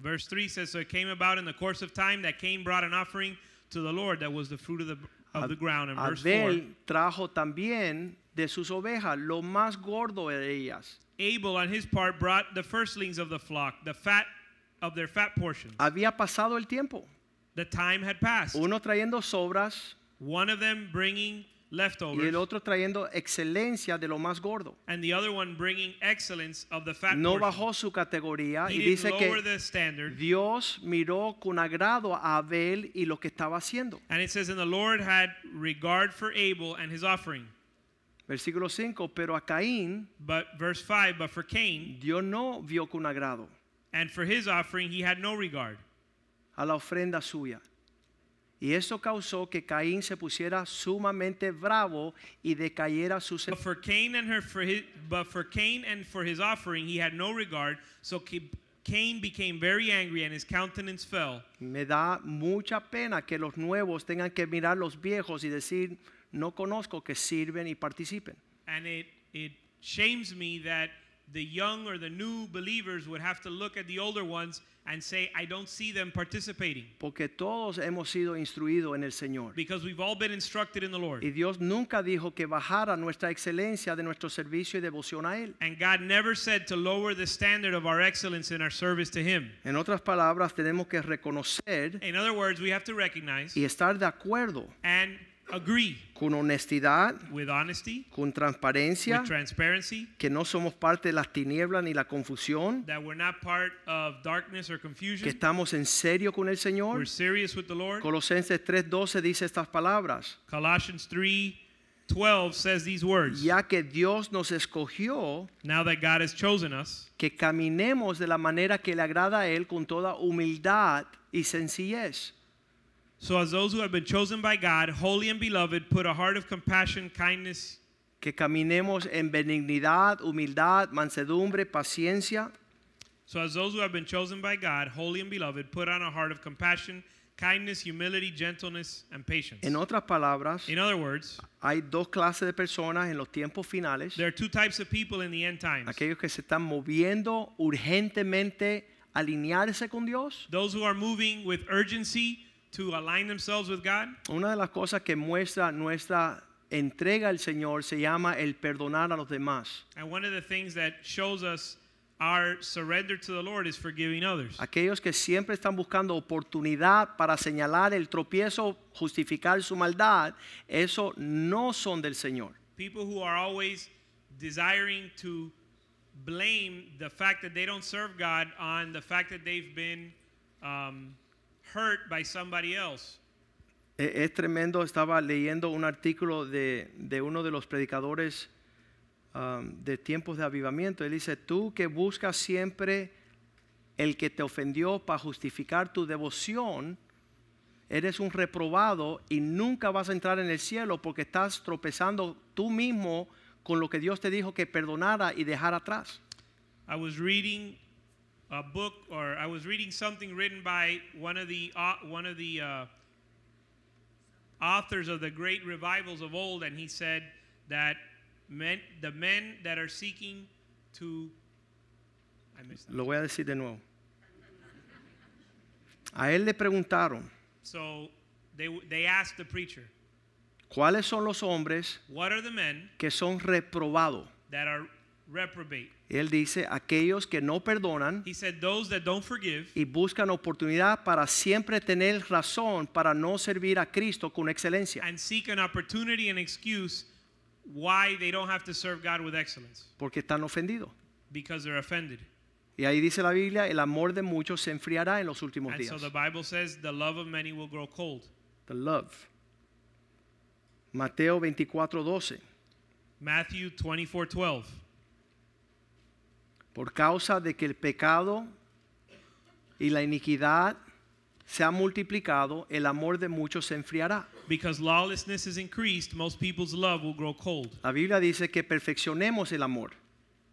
Speaker 2: Verse 3 says, So it came about in the course of time that Cain brought an offering to the Lord that was the fruit of the, of the ground. And verse 4,
Speaker 1: Abel trajo también de sus ovejas lo más gordo de ellas.
Speaker 2: Abel on his part brought the firstlings of the flock, the fat of their fat portion.
Speaker 1: Había pasado el tiempo,
Speaker 2: The time had passed.
Speaker 1: uno trayendo sobras
Speaker 2: One of them bringing
Speaker 1: y el
Speaker 2: leftovers,
Speaker 1: otro trayendo excelencia de lo más gordo.
Speaker 2: and the other one bringing excellence of the fat
Speaker 1: No
Speaker 2: portion.
Speaker 1: bajó su categoría y
Speaker 2: He didn't
Speaker 1: dice que
Speaker 2: lower the standard.
Speaker 1: Dios miró con agrado a Abel y lo que estaba haciendo.
Speaker 2: And it says, And the Lord had regard for Abel and his offering.
Speaker 1: Versículo 5, pero a Caín
Speaker 2: But verse 5, But for Cain
Speaker 1: Dios no vio con agrado
Speaker 2: and for his offering he had no regard.
Speaker 1: a la ofrenda suya. Y eso causó que Caín se pusiera sumamente bravo y decayera su
Speaker 2: But
Speaker 1: sentido.
Speaker 2: for Cain and her for his but for Cain and for his offering he had no regard. So Ca- Cain became very angry and his countenance fell.
Speaker 1: Me da mucha pena que los nuevos tengan que mirar los viejos y decir, no conozco que sirven y participen.
Speaker 2: And it it shames me that the young or the new believers would have to look at the older ones and say, I don't see them participating.
Speaker 1: Porque todos hemos sido instruidos en el Señor.
Speaker 2: Because we've all been instructed in the
Speaker 1: Y
Speaker 2: Lord.
Speaker 1: Dios nunca dijo que bajara nuestra excelencia de nuestro servicio y devoción a Él.
Speaker 2: And God never said to lower the standard of our excellence in our service to Him.
Speaker 1: En otras palabras, tenemos que reconocer
Speaker 2: In other words, we have to recognize
Speaker 1: y estar de acuerdo
Speaker 2: and agree
Speaker 1: con honestidad,
Speaker 2: with honesty,
Speaker 1: con transparencia,
Speaker 2: with transparency,
Speaker 1: que no somos parte de las tinieblas ni la confusión,
Speaker 2: that we're not part of darkness or
Speaker 1: que
Speaker 2: confusion.
Speaker 1: estamos en serio con el
Speaker 2: We're
Speaker 1: Señor.
Speaker 2: serious with the Lord.
Speaker 1: Colosenses 3:12 dice estas palabras.
Speaker 2: Colossians 3 12 says these words
Speaker 1: ya que Dios nos escogió
Speaker 2: Now that God has chosen us,
Speaker 1: que caminemos de la manera que le agrada a Él con toda humildad y sencillez.
Speaker 2: so as those who have been chosen by God, holy and beloved, put a heart of compassion, kindness,
Speaker 1: Que caminemos en benignidad, humildad, mansedumbre, paciencia,
Speaker 2: So, as those who have been chosen by God, holy and beloved, put on a heart of compassion, kindness, humility, gentleness, and patience.
Speaker 1: En otras palabras,
Speaker 2: In other words,
Speaker 1: hay dos clases de personas en los tiempos finales.
Speaker 2: there are two types of people in the end times
Speaker 1: Aquellos que se están moviendo urgentemente a alinearse con Dios.
Speaker 2: those who are moving with urgency to align themselves with God.
Speaker 1: Una de las cosas que muestra nuestra entrega al Señor se llama el perdonar a los demás.
Speaker 2: And one of the things that shows us our surrender to the Lord is forgiving others.
Speaker 1: Aquellos que siempre están buscando oportunidad para señalar el tropiezo, justificar su maldad, eso no son del Señor.
Speaker 2: People who are always desiring to blame the fact that they don't serve God on the fact that they've been um, hurt by somebody else.
Speaker 1: E- Es tremendo, estaba leyendo un artículo de, de uno de los predicadores um, de tiempos de avivamiento. Él dice, tú que buscas siempre el que te ofendió para justificar tu devoción, eres un reprobado y nunca vas a entrar en el cielo porque estás tropezando tú mismo con lo que Dios te dijo que perdonara y dejar atrás.
Speaker 2: I was reading a book, or I was reading something written by one of the au- one of the uh, authors of the great revivals of old, and he said that men, the men that are seeking to, I missed that.
Speaker 1: Lo voy a decir de nuevo. A él le preguntaron,
Speaker 2: So they w- they asked the preacher,
Speaker 1: ¿cuáles son los hombres
Speaker 2: "What are the men
Speaker 1: que son reprobados?
Speaker 2: that are reprobate?"
Speaker 1: Él dice, aquellos que no perdonan
Speaker 2: He said, "Those that don't forgive."
Speaker 1: y buscan oportunidad para siempre tener razón para no servir a Cristo con excelencia.
Speaker 2: And seek an opportunity and excuse why they don't have to serve God with excellence
Speaker 1: Porque están ofendidos.
Speaker 2: because they're offended.
Speaker 1: Y ahí dice la Biblia, el amor de muchos se enfriará en los últimos
Speaker 2: And
Speaker 1: días.
Speaker 2: so the Bible says the love of many will grow cold.
Speaker 1: The love. Mateo 24, 12.
Speaker 2: Matthew 24 12.
Speaker 1: Por causa de que el pecado y la iniquidad se han multiplicado, el amor de muchos se enfriará.
Speaker 2: Because lawlessness is increased, most people's love will grow cold.
Speaker 1: La Biblia dice que perfeccionemos el amor.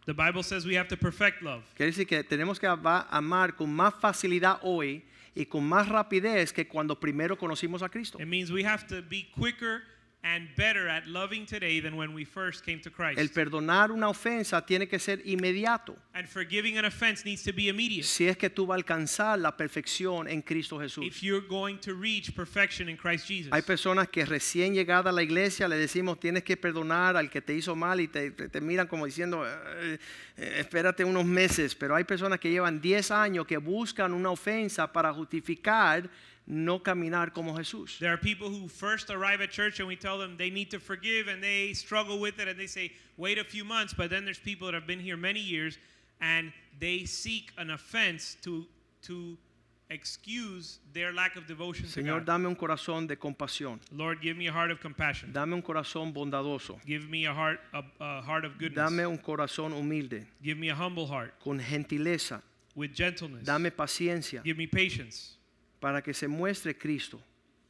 Speaker 2: The Bible says we have to perfect love.
Speaker 1: Quiere decir que tenemos que ama- amar con más facilidad hoy y con más rapidez que cuando primero conocimos a Cristo.
Speaker 2: It means we have to be quicker and better at loving today than when we first came to
Speaker 1: El
Speaker 2: Christ.
Speaker 1: perdonar una ofensa tiene que ser inmediato
Speaker 2: And forgiving an offense needs to be immediate
Speaker 1: si es que tú vas a alcanzar la perfección en Cristo
Speaker 2: if
Speaker 1: Jesús.
Speaker 2: you're going to reach perfection in Christ Jesus.
Speaker 1: Hay personas que recién llegada a la iglesia le decimos tienes que perdonar al que te hizo mal y te, te- te miran como diciendo "Eh, eh, espérate unos meses, pero hay personas que llevan 10 años que buscan una ofensa para justificar no caminar como Jesús.
Speaker 2: There are people who first arrive at church and we tell them they need to forgive and they struggle with it and they say, wait a few months. But then there's people that have been here many years and they seek an offense to, to excuse their lack of devotion
Speaker 1: Señor,
Speaker 2: to God.
Speaker 1: dame un corazón de compasión.
Speaker 2: Lord, give me a heart of compassion.
Speaker 1: Dame un corazón bondadoso.
Speaker 2: Give me a heart, a, a heart of goodness.
Speaker 1: Dame un corazón humilde,
Speaker 2: Give me a humble heart
Speaker 1: con gentileza.
Speaker 2: with gentleness.
Speaker 1: Dame paciencia
Speaker 2: Give me patience
Speaker 1: para que se muestre Cristo,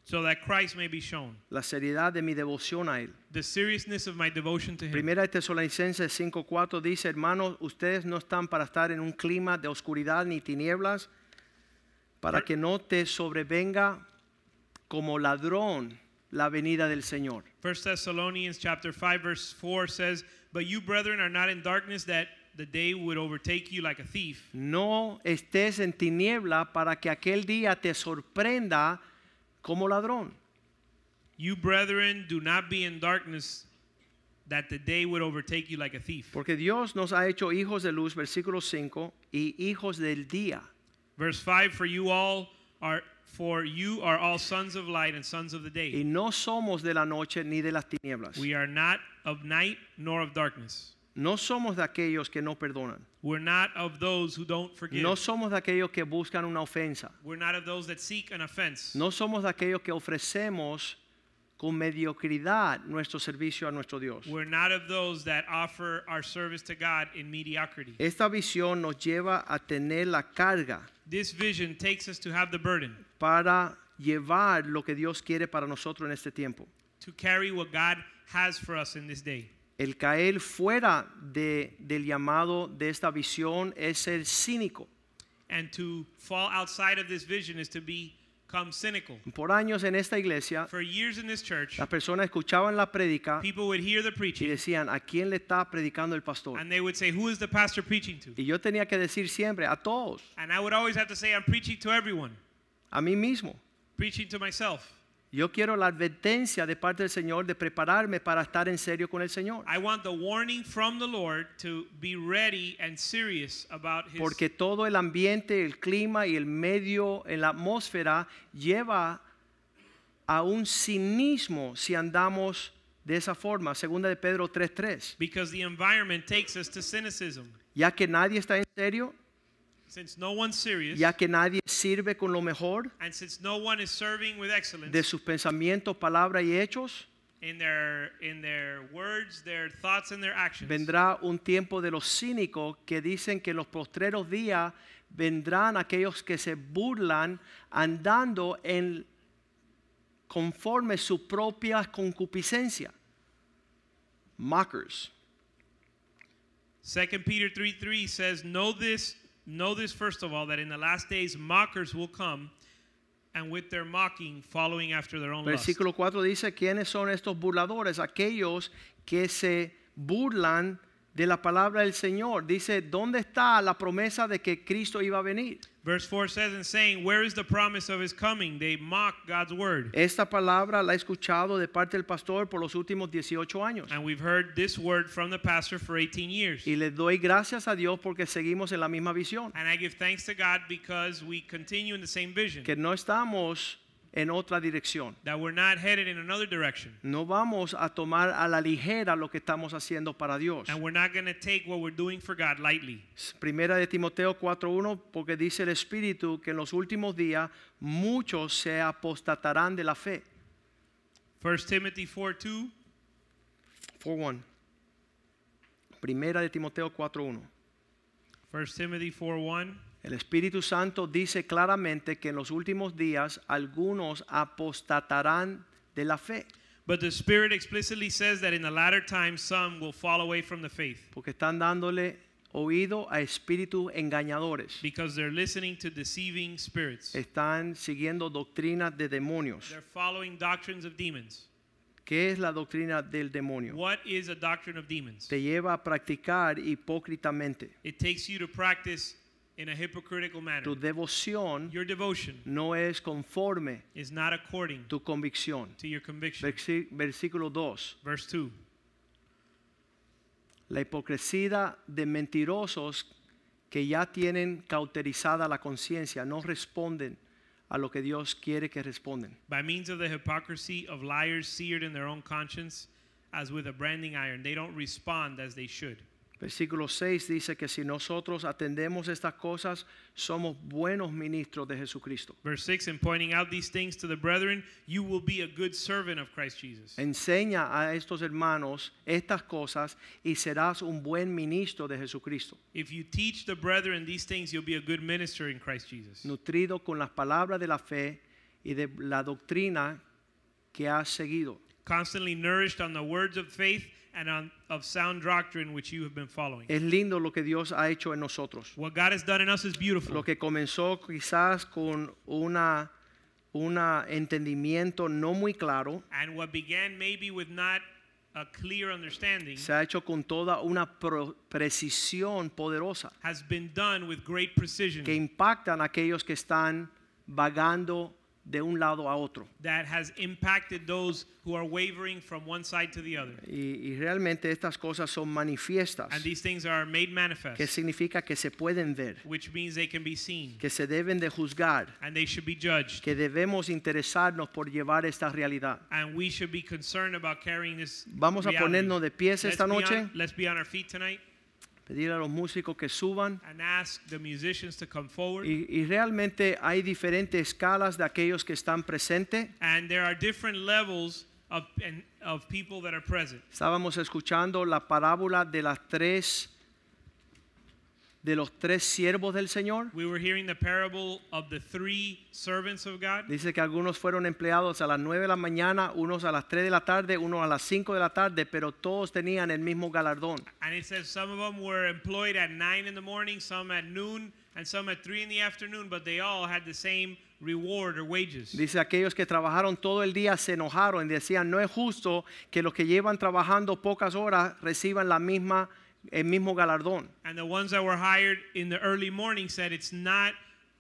Speaker 2: so that Christ may be shown.
Speaker 1: la seriedad de mi devoción a Él.
Speaker 2: The seriousness of my devotion to Him.
Speaker 1: Primera de Tesalonicenses 5.4 dice, hermanos, ustedes no están para estar en un clima de oscuridad ni tinieblas, para que no te sobrevenga como ladrón la venida del Señor.
Speaker 2: First Thessalonians chapter 5 verse 4 says, "But you brethren are not in darkness that the day would overtake you like a thief,
Speaker 1: No estés en tiniebla para que aquel día te sorprenda como ladrón.
Speaker 2: you brethren do not be in darkness that the day would overtake you like a thief."
Speaker 1: Porque Dios nos ha hecho hijos de luz, versículo 5, y hijos del día.
Speaker 2: Verse 5, "For you all are for you are all sons of light and sons of the
Speaker 1: Y
Speaker 2: day.
Speaker 1: no somos de la noche ni de las tinieblas.
Speaker 2: We are not of night nor of darkness.
Speaker 1: No somos de aquellos que no perdonan.
Speaker 2: We're not of those who don't forgive.
Speaker 1: No somos de aquellos que buscan una ofensa.
Speaker 2: We're not of those that seek an offense.
Speaker 1: No somos de aquellos que ofrecemos con mediocridad nuestro servicio a nuestro Dios.
Speaker 2: We're not of those that offer our service to God in mediocrity.
Speaker 1: Esta visión nos lleva a tener la carga
Speaker 2: This vision takes us to have the burden
Speaker 1: para llevar lo que Dios quiere para nosotros en este tiempo.
Speaker 2: to carry what God has for us in this day.
Speaker 1: El caer fuera de- del llamado de esta visión es ser cínico.
Speaker 2: And to fall outside of this vision is to become cynical.
Speaker 1: Por años en esta iglesia,
Speaker 2: For years in this church,
Speaker 1: las personas escuchaban la prédica
Speaker 2: people would hear the
Speaker 1: y
Speaker 2: preaching
Speaker 1: decían, ¿a quién le está predicando el pastor?
Speaker 2: and they would say, Who is the pastor preaching to?
Speaker 1: Y yo tenía que decir siempre, a todos,
Speaker 2: And I would always have to say, I'm preaching to everyone,
Speaker 1: a mí mismo.
Speaker 2: preaching to myself.
Speaker 1: Yo quiero la advertencia de parte del Señor de prepararme para estar en serio con el Señor.
Speaker 2: I want the warning from the Lord to be ready and serious about his
Speaker 1: Porque todo el ambiente, el clima y el medio en la atmósfera lleva a un cinismo si andamos de esa forma. Segunda de Pedro 3.3.
Speaker 2: because the environment takes us to cynicism.
Speaker 1: Ya que nadie está en serio,
Speaker 2: Since no one's serious
Speaker 1: ya que nadie sirve con lo mejor
Speaker 2: and since no one is serving with excellence
Speaker 1: de sus pensamientos, palabras y hechos,
Speaker 2: in their in their words, their thoughts and their actions.
Speaker 1: vendrá un tiempo de los cínicos que dicen que en los postreros días vendrán aquellos que se burlan andando en conforme su propia concupiscencia. Mockers.
Speaker 2: Second Peter 3 3 says, Know this, know this first of all, that in the last days mockers will come, and with their mocking, following after their own lust.
Speaker 1: Versículo 4 dice, ¿quiénes son estos burladores? Aquellos que se burlan de la palabra del Señor. Dice, ¿dónde está la promesa de que Cristo iba a venir?
Speaker 2: Verse 4 says, And saying, Where is the promise of his coming? They mock God's word.
Speaker 1: Esta palabra la he escuchado de parte del pastor por los últimos 18 años.
Speaker 2: And we've heard this word from the pastor for 18 years.
Speaker 1: Y les doy gracias a Dios porque seguimos en la misma visión.
Speaker 2: And I give thanks to God because we continue in the same vision,
Speaker 1: Que no estamos en otra dirección.
Speaker 2: that we're not headed in another direction.
Speaker 1: No vamos a tomar a la ligera lo que estamos haciendo para Dios.
Speaker 2: And we're not going to take what we're doing for God lightly.
Speaker 1: Primera de Timoteo 4.1 porque dice el Espíritu que en los últimos días muchos se apostatarán de la fe.
Speaker 2: First Timothy 4 2.
Speaker 1: 4.1. Primera de Timoteo 4.1.
Speaker 2: First Timothy 4 1.
Speaker 1: El Espíritu Santo dice claramente que en los últimos días algunos apostatarán de la fe.
Speaker 2: But the Spirit explicitly says that in the latter time some will fall away from the faith
Speaker 1: porque están dándole oído a espíritus engañadores.
Speaker 2: because they're listening to deceiving spirits.
Speaker 1: Están siguiendo doctrinas de demonios.
Speaker 2: They're following doctrines of demons.
Speaker 1: ¿Qué es la doctrina del demonio?
Speaker 2: What is a doctrine of demons?
Speaker 1: Te lleva a practicar hipócritamente.
Speaker 2: It takes you to practice in a hypocritical manner.
Speaker 1: Tu devoción
Speaker 2: Your devotion
Speaker 1: no es conforme
Speaker 2: is not according
Speaker 1: tu convicción.
Speaker 2: to your conviction.
Speaker 1: Versi- Versículo 2.
Speaker 2: Verse 2.
Speaker 1: La hipocresía de mentirosos que ya tienen cauterizada la conciencia no responden a lo que Dios quiere que responden.
Speaker 2: By means of the hypocrisy of liars seared in their own conscience as with a branding iron, they don't respond as they should.
Speaker 1: Versículo 6 dice que si nosotros atendemos estas cosas, somos buenos ministros de Jesucristo.
Speaker 2: Verse 6 In pointing out these things to the brethren, you will be a good servant of Christ Jesus.
Speaker 1: Enseña a estos hermanos estas cosas y serás un buen ministro de Jesucristo,
Speaker 2: If you teach the brethren these things, you'll be a good minister in Christ Jesus,
Speaker 1: nutrido con las palabras de la fe y de la doctrina que has seguido.
Speaker 2: constantly nourished on the words of faith and on, of sound doctrine which you have been following.
Speaker 1: Es lindo lo que Dios ha hecho en nosotros.
Speaker 2: What God has done in us is beautiful.
Speaker 1: Lo que comenzó quizás con un una entendimiento no muy claro,
Speaker 2: And what began maybe with not a clear understanding
Speaker 1: se ha hecho con toda una pro- precisión poderosa.
Speaker 2: has been done with great
Speaker 1: que
Speaker 2: precision
Speaker 1: impactan a aquellos que están vagando de un lado a otro.
Speaker 2: that has impacted those who are wavering from one side to the other.
Speaker 1: Y, y realmente estas cosas son manifiestas,
Speaker 2: And these things are made
Speaker 1: que
Speaker 2: manifest,
Speaker 1: significa que se pueden ver,
Speaker 2: which means they can be seen
Speaker 1: que se deben de juzgar,
Speaker 2: and they should be judged.
Speaker 1: que debemos interesarnos por llevar esta realidad.
Speaker 2: And we should be concerned about carrying this.
Speaker 1: Vamos a
Speaker 2: reality.
Speaker 1: ponernos de pies
Speaker 2: Let's
Speaker 1: esta
Speaker 2: be
Speaker 1: noche.
Speaker 2: on- let's be on our feet tonight
Speaker 1: Pedir a los músicos que suban.
Speaker 2: and ask the musicians to come forward.
Speaker 1: Y, y realmente hay diferentes escalas de aquellos que están presentes
Speaker 2: And there are different levels of, and, of people that are present.
Speaker 1: Estábamos escuchando la parábola de las tres de los tres siervos del Señor.
Speaker 2: We were hearing the parable of the three servants of God.
Speaker 1: Dice que algunos fueron empleados a las 9 de la mañana, unos a las 3 de la tarde, unos a las 5 de la tarde, pero todos tenían el mismo galardón.
Speaker 2: And it says some of them were employed at 9 in the morning, some at noon, and some at 3 in the afternoon, but they all had the same reward or wages.
Speaker 1: Dice aquellos que trabajaron todo el día se enojaron y decían, no es justo que los que llevan trabajando pocas horas reciban la misma, el mismo galardón.
Speaker 2: And the ones that were hired in the early morning said it's not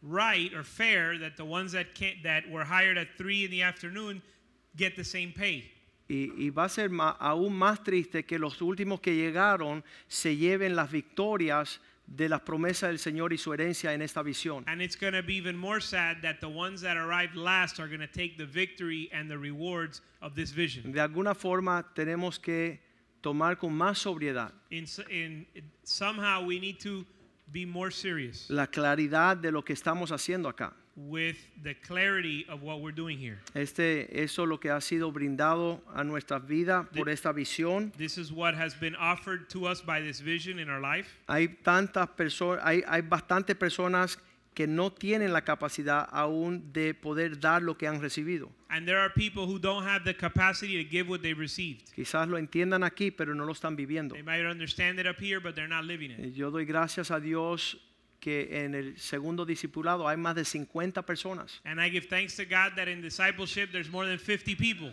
Speaker 2: right or fair that the ones that can't, that were hired at 3 in the afternoon get the same pay.
Speaker 1: Y, y va a ser ma- aún más triste que los últimos que llegaron se lleven las victorias de las promesas del Señor y su herencia en esta visión.
Speaker 2: And it's going to be even more sad that the ones that arrived last are going to take the victory and the rewards of this vision.
Speaker 1: De alguna forma tenemos que tomar con más sobriedad
Speaker 2: In, s- in somehow we need to be more serious
Speaker 1: la claridad de lo que estamos haciendo acá.
Speaker 2: with the clarity of what we're doing here.
Speaker 1: Este, eso es lo que ha sido brindado a nuestras vidas por
Speaker 2: De-
Speaker 1: esta visión.
Speaker 2: This is what has been offered to us by this vision in our life.
Speaker 1: Hay tantas personas, hay, hay bastantes personas que no tienen la capacidad aún de poder dar lo que han recibido.
Speaker 2: And there are people who don't have the capacity to give what they received.
Speaker 1: Quizás lo entiendan aquí, pero no lo están viviendo.
Speaker 2: They might understand it up here, but they're not living
Speaker 1: Eh,
Speaker 2: it.
Speaker 1: Yo doy gracias a Dios que en el segundo discipulado hay más de 50 personas
Speaker 2: And I give thanks to God that in discipleship there's more than 50 people.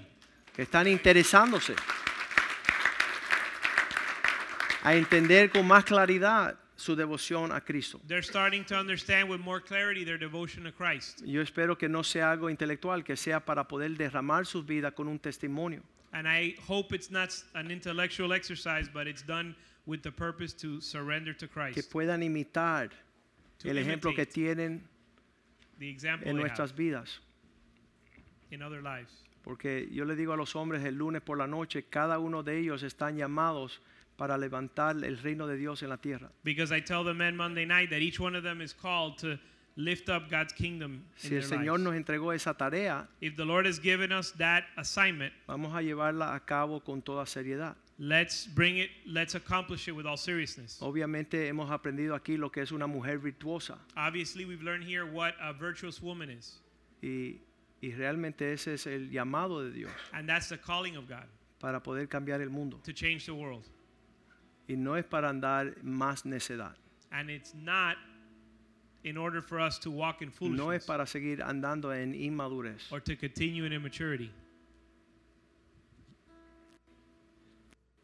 Speaker 1: que están interesándose a entender con más claridad su devoción a Cristo.
Speaker 2: They're starting to understand with more clarity their devotion to Christ.
Speaker 1: Yo espero que no sea algo intelectual, que sea para poder derramar sus vidas con un testimonio.
Speaker 2: And I hope it's not s- an intellectual exercise, but it's done with the purpose to surrender to
Speaker 1: que
Speaker 2: Christ.
Speaker 1: puedan imitar
Speaker 2: To
Speaker 1: el ejemplo que
Speaker 2: imitate
Speaker 1: tienen
Speaker 2: the example
Speaker 1: en
Speaker 2: they
Speaker 1: nuestras
Speaker 2: have
Speaker 1: vidas.
Speaker 2: in other lives.
Speaker 1: Porque yo le digo a los hombres el lunes por la noche, cada uno de ellos están llamados para levantar el reino de Dios en la tierra.
Speaker 2: Because I tell the men Monday night that each one of them is called to lift up God's kingdom in
Speaker 1: Si el
Speaker 2: their
Speaker 1: Señor
Speaker 2: lives.
Speaker 1: nos entregó esa tarea,
Speaker 2: If the Lord has given us that assignment,
Speaker 1: vamos a llevarla a cabo con toda seriedad.
Speaker 2: let's bring it, let's accomplish it with all seriousness.
Speaker 1: Obviamente hemos aprendido aquí lo que es una mujer virtuosa
Speaker 2: Obviously, we've learned here what a virtuous woman is,
Speaker 1: y, y realmente ese es el llamado de Dios
Speaker 2: and that's the calling of God
Speaker 1: para poder cambiar el mundo.
Speaker 2: to change the world.
Speaker 1: Y no es para andar más necedad,
Speaker 2: And it's not in order for us to walk in
Speaker 1: no es
Speaker 2: foolishness
Speaker 1: para seguir andando en inmadurez.
Speaker 2: or to continue in immaturity.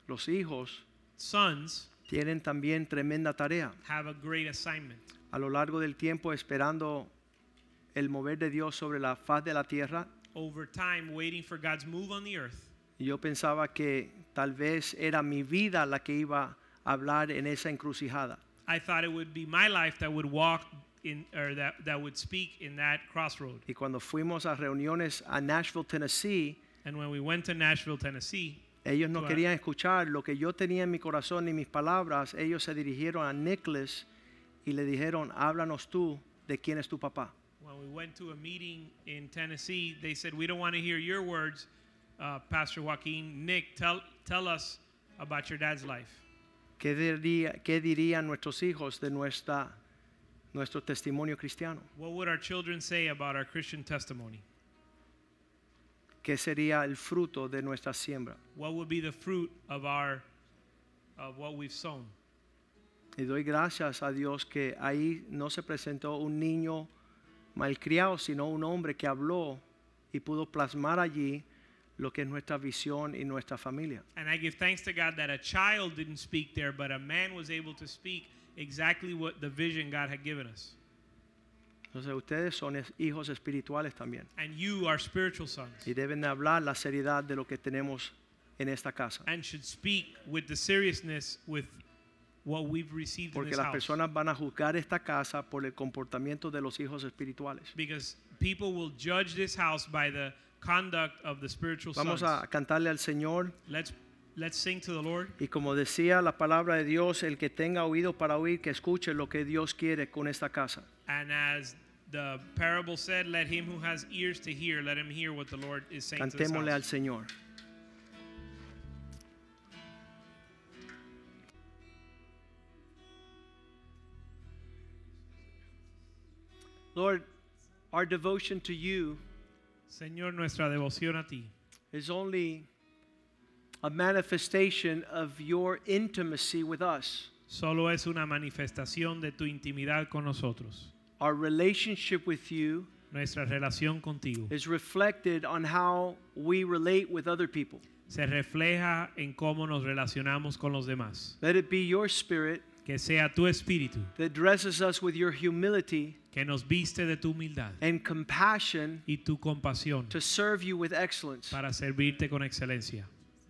Speaker 1: Los hijos
Speaker 2: Sons
Speaker 1: tienen también tremenda tarea
Speaker 2: have a great assignment.
Speaker 1: a lo largo del tiempo esperando el mover de Dios sobre la faz de la tierra.
Speaker 2: Over time, waiting for God's move on the earth.
Speaker 1: y Yo pensaba que tal vez era mi vida la que iba a hablar en esa encrucijada.
Speaker 2: I thought it would be my life that would walk in or that, that would speak in that crossroad.
Speaker 1: Y cuando fuimos a reuniones a Nashville, Tennessee,
Speaker 2: And when we went to Nashville, Tennessee,
Speaker 1: ellos no
Speaker 2: Claro.
Speaker 1: querían escuchar lo que yo tenía en mi corazón ni mis palabras. Ellos se dirigieron a Nicholas y le dijeron, háblanos tú de quién es tu papá.
Speaker 2: when we went to a meeting in Tennessee, they said, "We don't want to hear your words, uh, Pastor Joaquin. Nick, tell tell us about your dad's life.
Speaker 1: ¿Qué, diría- qué dirían nuestros hijos de nuestra, nuestro testimonio cristiano?
Speaker 2: What would our children say about our Christian testimony?
Speaker 1: ¿Qué sería el fruto de nuestra siembra?
Speaker 2: What would be the fruit of our of what we've sown?"
Speaker 1: Y doy gracias a Dios que ahí no se presentó un niño malcriado, sino un hombre que habló y pudo plasmar allí lo que es nuestra visión y nuestra familia.
Speaker 2: And I give thanks to God that a child didn't speak there, but a man was able to speak exactly what the vision God had given us.
Speaker 1: Entonces ustedes son es- hijos espirituales también
Speaker 2: And you are spiritual sons
Speaker 1: y deben de hablar la seriedad de lo que tenemos en esta casa.
Speaker 2: and should speak with the seriousness with what we've received in
Speaker 1: Porque
Speaker 2: this
Speaker 1: las
Speaker 2: house.
Speaker 1: personas van a juzgar esta casa por el comportamiento de los hijos espirituales.
Speaker 2: Because people will judge this house by the conduct of the spiritual
Speaker 1: Vamos
Speaker 2: sons.
Speaker 1: a cantarle al Señor.
Speaker 2: Let's let's sing to the Lord.
Speaker 1: Y como decía la palabra de Dios, el que tenga oído para oír, que escuche lo que Dios quiere con esta casa.
Speaker 2: And as the parable said, let him who has ears to hear, let him hear what the Lord is saying to this
Speaker 1: Cantémosle al
Speaker 2: house.
Speaker 1: Señor. Lord, our devotion to you
Speaker 2: Señor, nuestra devoción a ti
Speaker 1: is only a manifestation of your intimacy with us.
Speaker 2: solo es una manifestación de tu intimidad con nosotros.
Speaker 1: Our relationship with you
Speaker 2: Nuestra relación contigo
Speaker 1: is reflected on how we relate with other people.
Speaker 2: se refleja en cómo nos relacionamos con los demás.
Speaker 1: Let it be your spirit
Speaker 2: Que sea tu espíritu
Speaker 1: that dresses us with your humility
Speaker 2: que nos viste de tu humildad
Speaker 1: and compassion
Speaker 2: y tu compasión
Speaker 1: to serve you with excellence.
Speaker 2: para servirte con excelencia.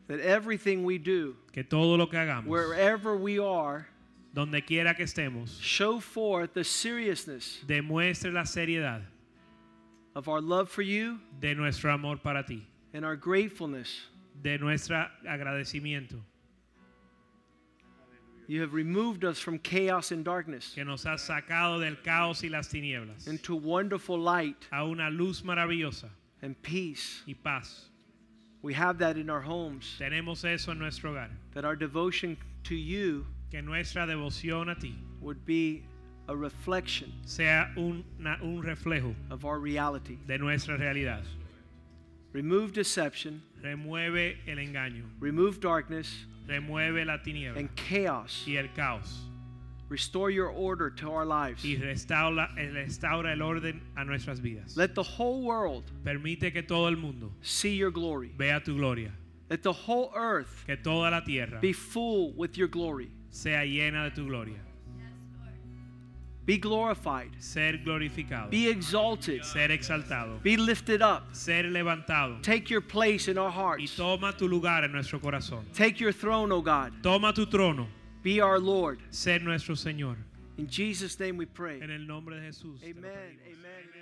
Speaker 1: That everything we do,
Speaker 2: Que todo lo que hagamos,
Speaker 1: wherever we are,
Speaker 2: donde quiera que estemos,
Speaker 1: show forth the seriousness
Speaker 2: demuestre la seriedad
Speaker 1: of our love for you
Speaker 2: de nuestro amor para ti,
Speaker 1: and our gratefulness.
Speaker 2: de nuestro agradecimiento,
Speaker 1: You have removed us from chaos and darkness
Speaker 2: que nos has sacado del caos y las tinieblas
Speaker 1: into wonderful light
Speaker 2: a una luz maravillosa
Speaker 1: and peace.
Speaker 2: y paz.
Speaker 1: We have that in our homes.
Speaker 2: Tenemos eso en nuestro hogar.
Speaker 1: That our devotion to you
Speaker 2: Que nuestra devoción a ti
Speaker 1: would be a reflection
Speaker 2: sea un, una- un reflejo
Speaker 1: of our reality.
Speaker 2: de nuestra realidad.
Speaker 1: Remove deception,
Speaker 2: Remueve el engaño,
Speaker 1: remove darkness
Speaker 2: remueve la tiniebla
Speaker 1: and chaos.
Speaker 2: y el caos
Speaker 1: Restore your order to our lives.
Speaker 2: y restaura, restaura el orden a nuestras vidas.
Speaker 1: Let the whole world
Speaker 2: Permite que todo el mundo
Speaker 1: see your glory.
Speaker 2: vea tu gloria,
Speaker 1: Let the whole earth
Speaker 2: que toda la tierra
Speaker 1: be full with your glory.
Speaker 2: sea llena de tu gloria.
Speaker 1: Be glorified.
Speaker 2: Ser glorificado,
Speaker 1: Be exalted.
Speaker 2: ser exaltado,
Speaker 1: Be lifted up.
Speaker 2: ser levantado
Speaker 1: Take your place in our
Speaker 2: y
Speaker 1: hearts.
Speaker 2: toma tu lugar en nuestro corazón.
Speaker 1: Take your throne, O God.
Speaker 2: Toma tu trono,
Speaker 1: Be our Lord.
Speaker 2: ser nuestro Señor.
Speaker 1: In Jesus' name we pray.
Speaker 2: En el nombre de Jesús. te lo
Speaker 1: Amen.
Speaker 2: pedimos.
Speaker 1: Amen.